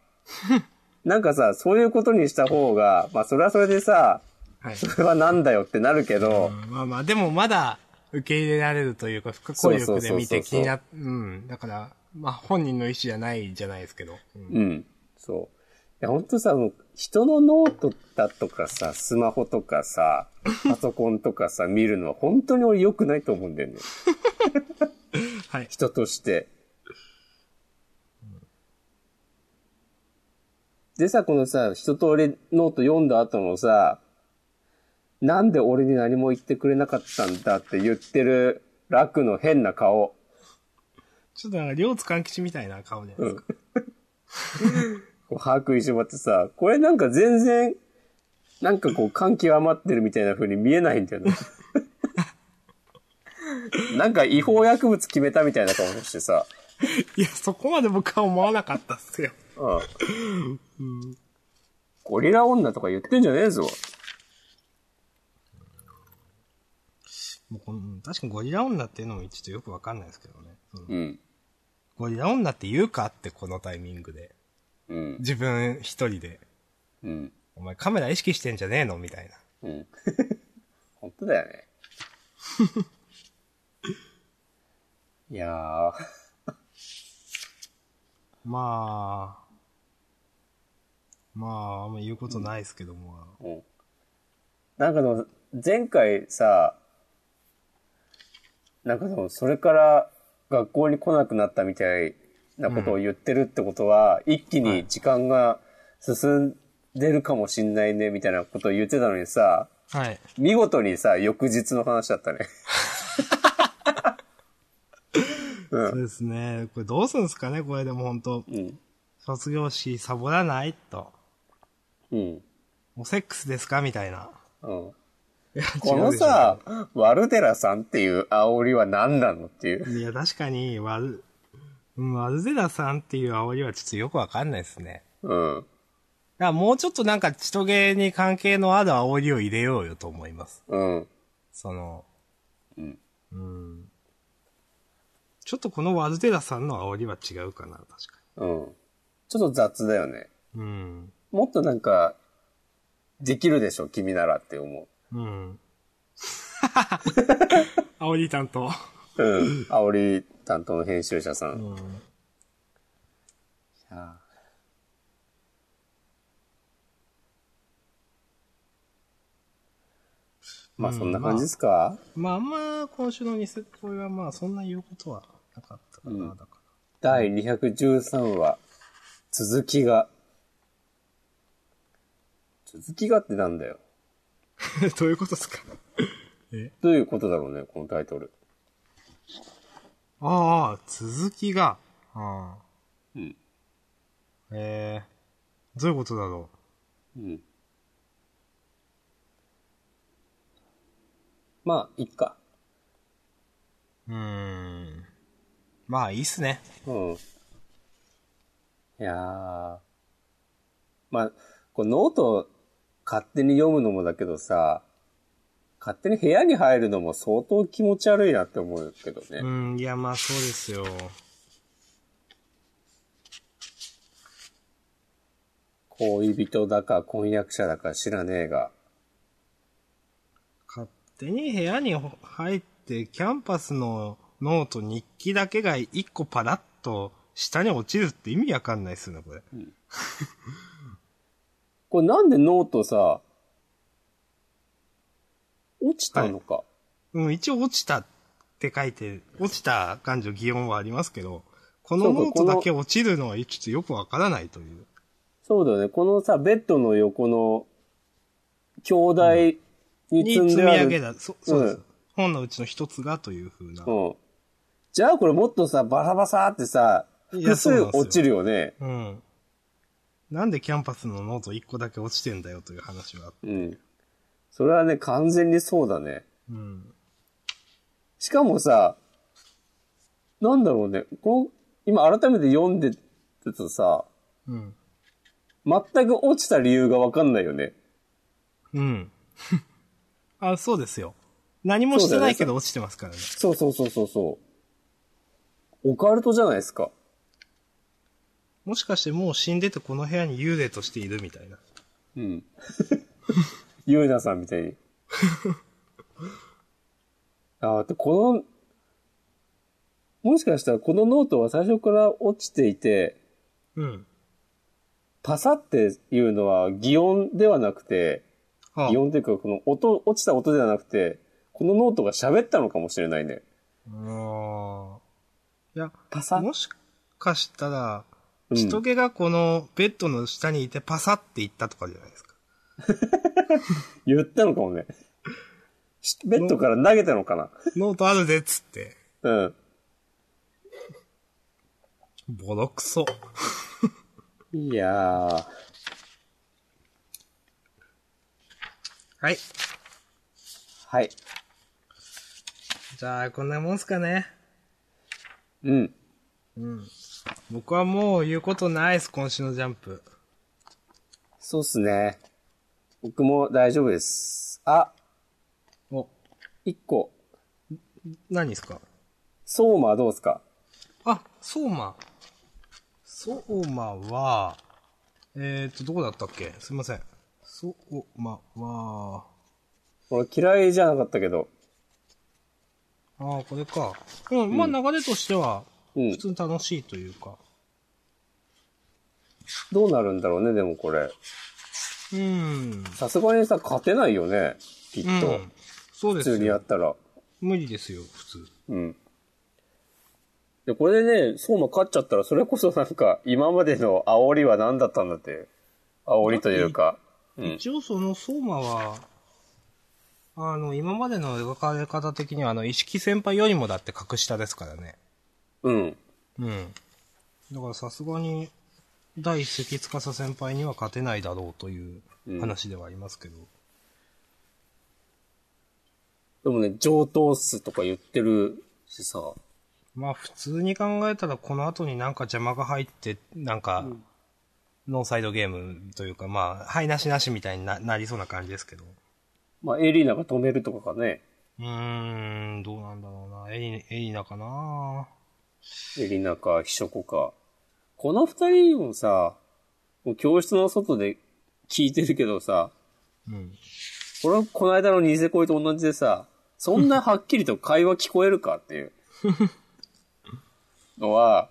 Speaker 1: なんかさ、そういうことにした方が、まあそれはそれでさ、
Speaker 2: はい。
Speaker 1: それはなんだよってなるけど、
Speaker 2: まあまあ、でもまだ受け入れられるというか、不可抗力で見て気になっ、うん。だから、まあ本人の意思じゃないじゃないですけど。うん
Speaker 1: うん。そう。いや、本当さ、もう人のノートだとかさ、スマホとか さ、パソコンとかさ、見るのは本当に俺良くないと思うんだよね。
Speaker 2: はい。
Speaker 1: 人として。でさ、このさ、一通りノート読んだ後のさ、なんで俺に何も言ってくれなかったんだって言ってる楽の変な顔。
Speaker 2: ちょっとなんか、両津勘吉みたいな顔で。
Speaker 1: うん。こう把握しまってさ、これなんか全然、なんかこう感極まってるみたいな風に見えないんだよね。なんか違法薬物決めたみたいな顔してさ。
Speaker 2: いや、そこまで僕は思わなかったっすよ。
Speaker 1: うん。ゴリラ女とか言ってんじゃねえぞ。
Speaker 2: もうこのうん確かにゴリラ女っていうのもちょっとよくわかんないですけどね。うん
Speaker 1: うん。
Speaker 2: ゴリラ女って言うかってこのタイミングで。
Speaker 1: うん。
Speaker 2: 自分一人で。
Speaker 1: うん。
Speaker 2: お前カメラ意識してんじゃねえのみたいな。
Speaker 1: うん。本当だよね。 いやー、
Speaker 2: まあ、まあ、あんま言うことないですけども。
Speaker 1: うん。なんかでも、前回さ、なんかでも、それから学校に来なくなったみたいなことを言ってるってことは、一気に時間が進んでるかもしんないね、みたいなことを言ってたのにさ、
Speaker 2: はい。
Speaker 1: 見事にさ、翌日の話だったね。
Speaker 2: そうですね。これどうするんですかねこれでも本当
Speaker 1: うん。
Speaker 2: 卒業式サボらないと。
Speaker 1: うん。
Speaker 2: おセックスですかみたいな。
Speaker 1: うん。
Speaker 2: いや
Speaker 1: この、さ、ワルデラさんっていう煽りは何なのっていう
Speaker 2: 違う。でしょいや、確かに、ワル、うんワルゼラさんっていう煽りはちょっとよくわかんないですね。
Speaker 1: うん。
Speaker 2: だからもうちょっとなんか、ちとげに関係のある煽りを入れようよと思います。
Speaker 1: うん。
Speaker 2: その、
Speaker 1: うん。
Speaker 2: うん。ちょっとこのワルデラさんの煽りは違うかな、確か
Speaker 1: うん。ちょっと雑だよね。
Speaker 2: に。うん。
Speaker 1: もっとなんか、できるでしょ、君ならって思
Speaker 2: うん。煽り担当。
Speaker 1: う。うん。煽り担当の編集者さん。い
Speaker 2: うん。
Speaker 1: やまあそんな感じですか、
Speaker 2: まあ、あんま今週のニセ恋はまあ、そんな言うことはなかったかな、だから。
Speaker 1: 第213話、続きが。続きがってなんだよ。
Speaker 2: どういうことですかえ
Speaker 1: どういうことだろうね、このタイトル。
Speaker 2: ああ、続きが。ああ
Speaker 1: うん。
Speaker 2: ええどういうことだろ
Speaker 1: うん。まあ、いっか。
Speaker 2: う。うーん。まあ、いいっすね。
Speaker 1: うん。いやー。まあ、こうノートを勝手に読むのもだけどさ、勝手に部屋に入るのも相当気持ち悪いなって思うけどね。
Speaker 2: うん、いや、まあ、そうですよ。
Speaker 1: 恋人だか婚約者だか知らねえが。
Speaker 2: 勝手に部屋に入って、キャンパスのノート、日記だけが一個パラッと下に落ちるって意味わかんないっすよね、これ。
Speaker 1: これなんでノートさ、落ちたのか。
Speaker 2: うん、一応落ちたって書いて、落ちた感じの擬音はありますけど、このノートだけ落ちるのはちょっとよくわからないという。
Speaker 1: そうだよね。このさ、ベッドの横の、兄弟に
Speaker 2: に
Speaker 1: 積ん
Speaker 2: 積
Speaker 1: で
Speaker 2: み
Speaker 1: ある。
Speaker 2: 上げた、そそうです、
Speaker 1: うん
Speaker 2: 本のうちの一つがというふうな。
Speaker 1: うん。じゃあこれもっとさ、バサバサってさ、
Speaker 2: い
Speaker 1: 複
Speaker 2: やそう
Speaker 1: 数
Speaker 2: なんですよ
Speaker 1: 落ちるよね。
Speaker 2: うん。なんでキャンパスのノート一個だけ落ちてんだよという話は。
Speaker 1: うん。それはね、完全にそうだね。
Speaker 2: うん。
Speaker 1: しかもさ、なんだろうね、こう、今改めて読んでるとさ、
Speaker 2: うん。
Speaker 1: 全く落ちた理由がわかんないよね。
Speaker 2: うん。 あ、そうですよ。何もしてないけど落ちてますからね。
Speaker 1: そうそうそうそうそう。オカルトじゃないですか。
Speaker 2: もしかしてもう死んでてこの部屋に幽霊としているみたいな。
Speaker 1: うん。ゆうなさんみたい に。ああ、で、この、もしかしたらこのノートは最初から落ちていて、
Speaker 2: うん。
Speaker 1: パサっていうのは擬音ではなくて、
Speaker 2: はあ
Speaker 1: 擬音というかこの音、落ちた音ではなくて、このノートが喋ったのかもしれないね。
Speaker 2: あーいや、
Speaker 1: パサ
Speaker 2: もしかしたら、
Speaker 1: うん
Speaker 2: 人毛がこのベッドの下にいてパサっていったとかじゃないです か。
Speaker 1: 言ったのかも ね。しベッドから投げたのかな。
Speaker 2: ノートあるぜっつって。
Speaker 1: うん。
Speaker 2: ボロクソ。
Speaker 1: いやー。
Speaker 2: はい。
Speaker 1: はい。
Speaker 2: じゃあ、こんなもんすかね。
Speaker 1: うん。
Speaker 2: 僕はもう言うことないです、今週のジャンプ。
Speaker 1: そうっすね。僕も大丈夫です。あ、
Speaker 2: お、
Speaker 1: 一個。
Speaker 2: 何ですか
Speaker 1: 相馬はどうですか
Speaker 2: あ、相馬。相馬は、えっ、ー、と、どこだったっけすいません。相馬は、
Speaker 1: 俺嫌いじゃなかったけど。
Speaker 2: ああ、これか。うん、まあ流れとしては、
Speaker 1: うん
Speaker 2: 普通に楽しいというか。
Speaker 1: どうなるんだろうね、でもこれ。
Speaker 2: うん。
Speaker 1: さすがにさ、勝てないよね。きっ
Speaker 2: うん
Speaker 1: と。
Speaker 2: そうで
Speaker 1: 普
Speaker 2: す
Speaker 1: 通にや
Speaker 2: よ。
Speaker 1: ったら。
Speaker 2: 無理ですよ、普通。
Speaker 1: うん。で、これでね、相馬勝っちゃったら、それこそ なんか、今までの煽りは何だったんだって。煽りというか。うん。
Speaker 2: 一応その相馬は、あの、今までの描かれ方的には、あの、石木先輩よりもだって格下ですからね。
Speaker 1: うん。
Speaker 2: うん。だからさすがに、第一関司先輩には勝てないだろうという話ではありますけど。
Speaker 1: でもね、上等数とか言ってるしさ。
Speaker 2: まあ普通に考えたらこの後になんか邪魔が入って、なんか、ノーサイドゲームというか、まあ、はいなしなしみたいにななりそうな感じですけど。
Speaker 1: まあ、エリーナが止めるとかかね。
Speaker 2: うーん、どうなんだろうな。エリ、エリナかな
Speaker 1: エリナか、秘書子か。この二人もさ、もう教室の外で聞いてるけどさ、
Speaker 2: うん。
Speaker 1: これはこの間のニセ恋と同じでさ、そんなはっきりと会話聞こえるかっていうのは、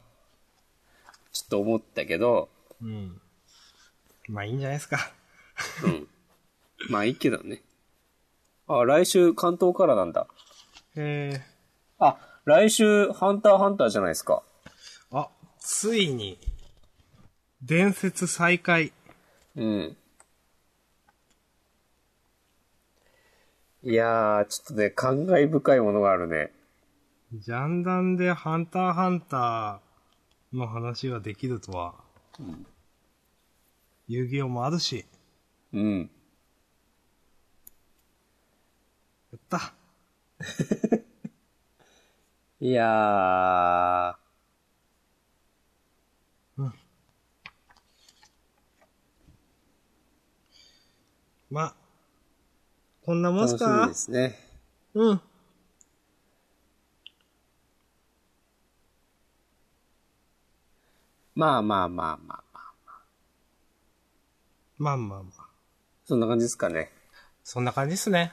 Speaker 1: ちょっと思ったけど、
Speaker 2: うん。まあいいんじゃないですか。
Speaker 1: うん。まあいいけどね。あ、来週関東からなんだ。
Speaker 2: え
Speaker 1: あ、来週ハンターハンターじゃないですか。
Speaker 2: ー、あ、ついに、伝説再開。
Speaker 1: うん。いやー、ちょっとね、感慨深いものがあるね。
Speaker 2: ジャンダンでハンターハンターの話ができるとは。遊戯王もあるし、
Speaker 1: うん。
Speaker 2: やった。
Speaker 1: いやー。
Speaker 2: まあ、こんなもん
Speaker 1: 楽
Speaker 2: す
Speaker 1: しみ
Speaker 2: か
Speaker 1: ですね。
Speaker 2: うん。
Speaker 1: まあまあまあまあまあ。
Speaker 2: まあまあまあ。
Speaker 1: そんな感じですかね。
Speaker 2: そんな感じですね。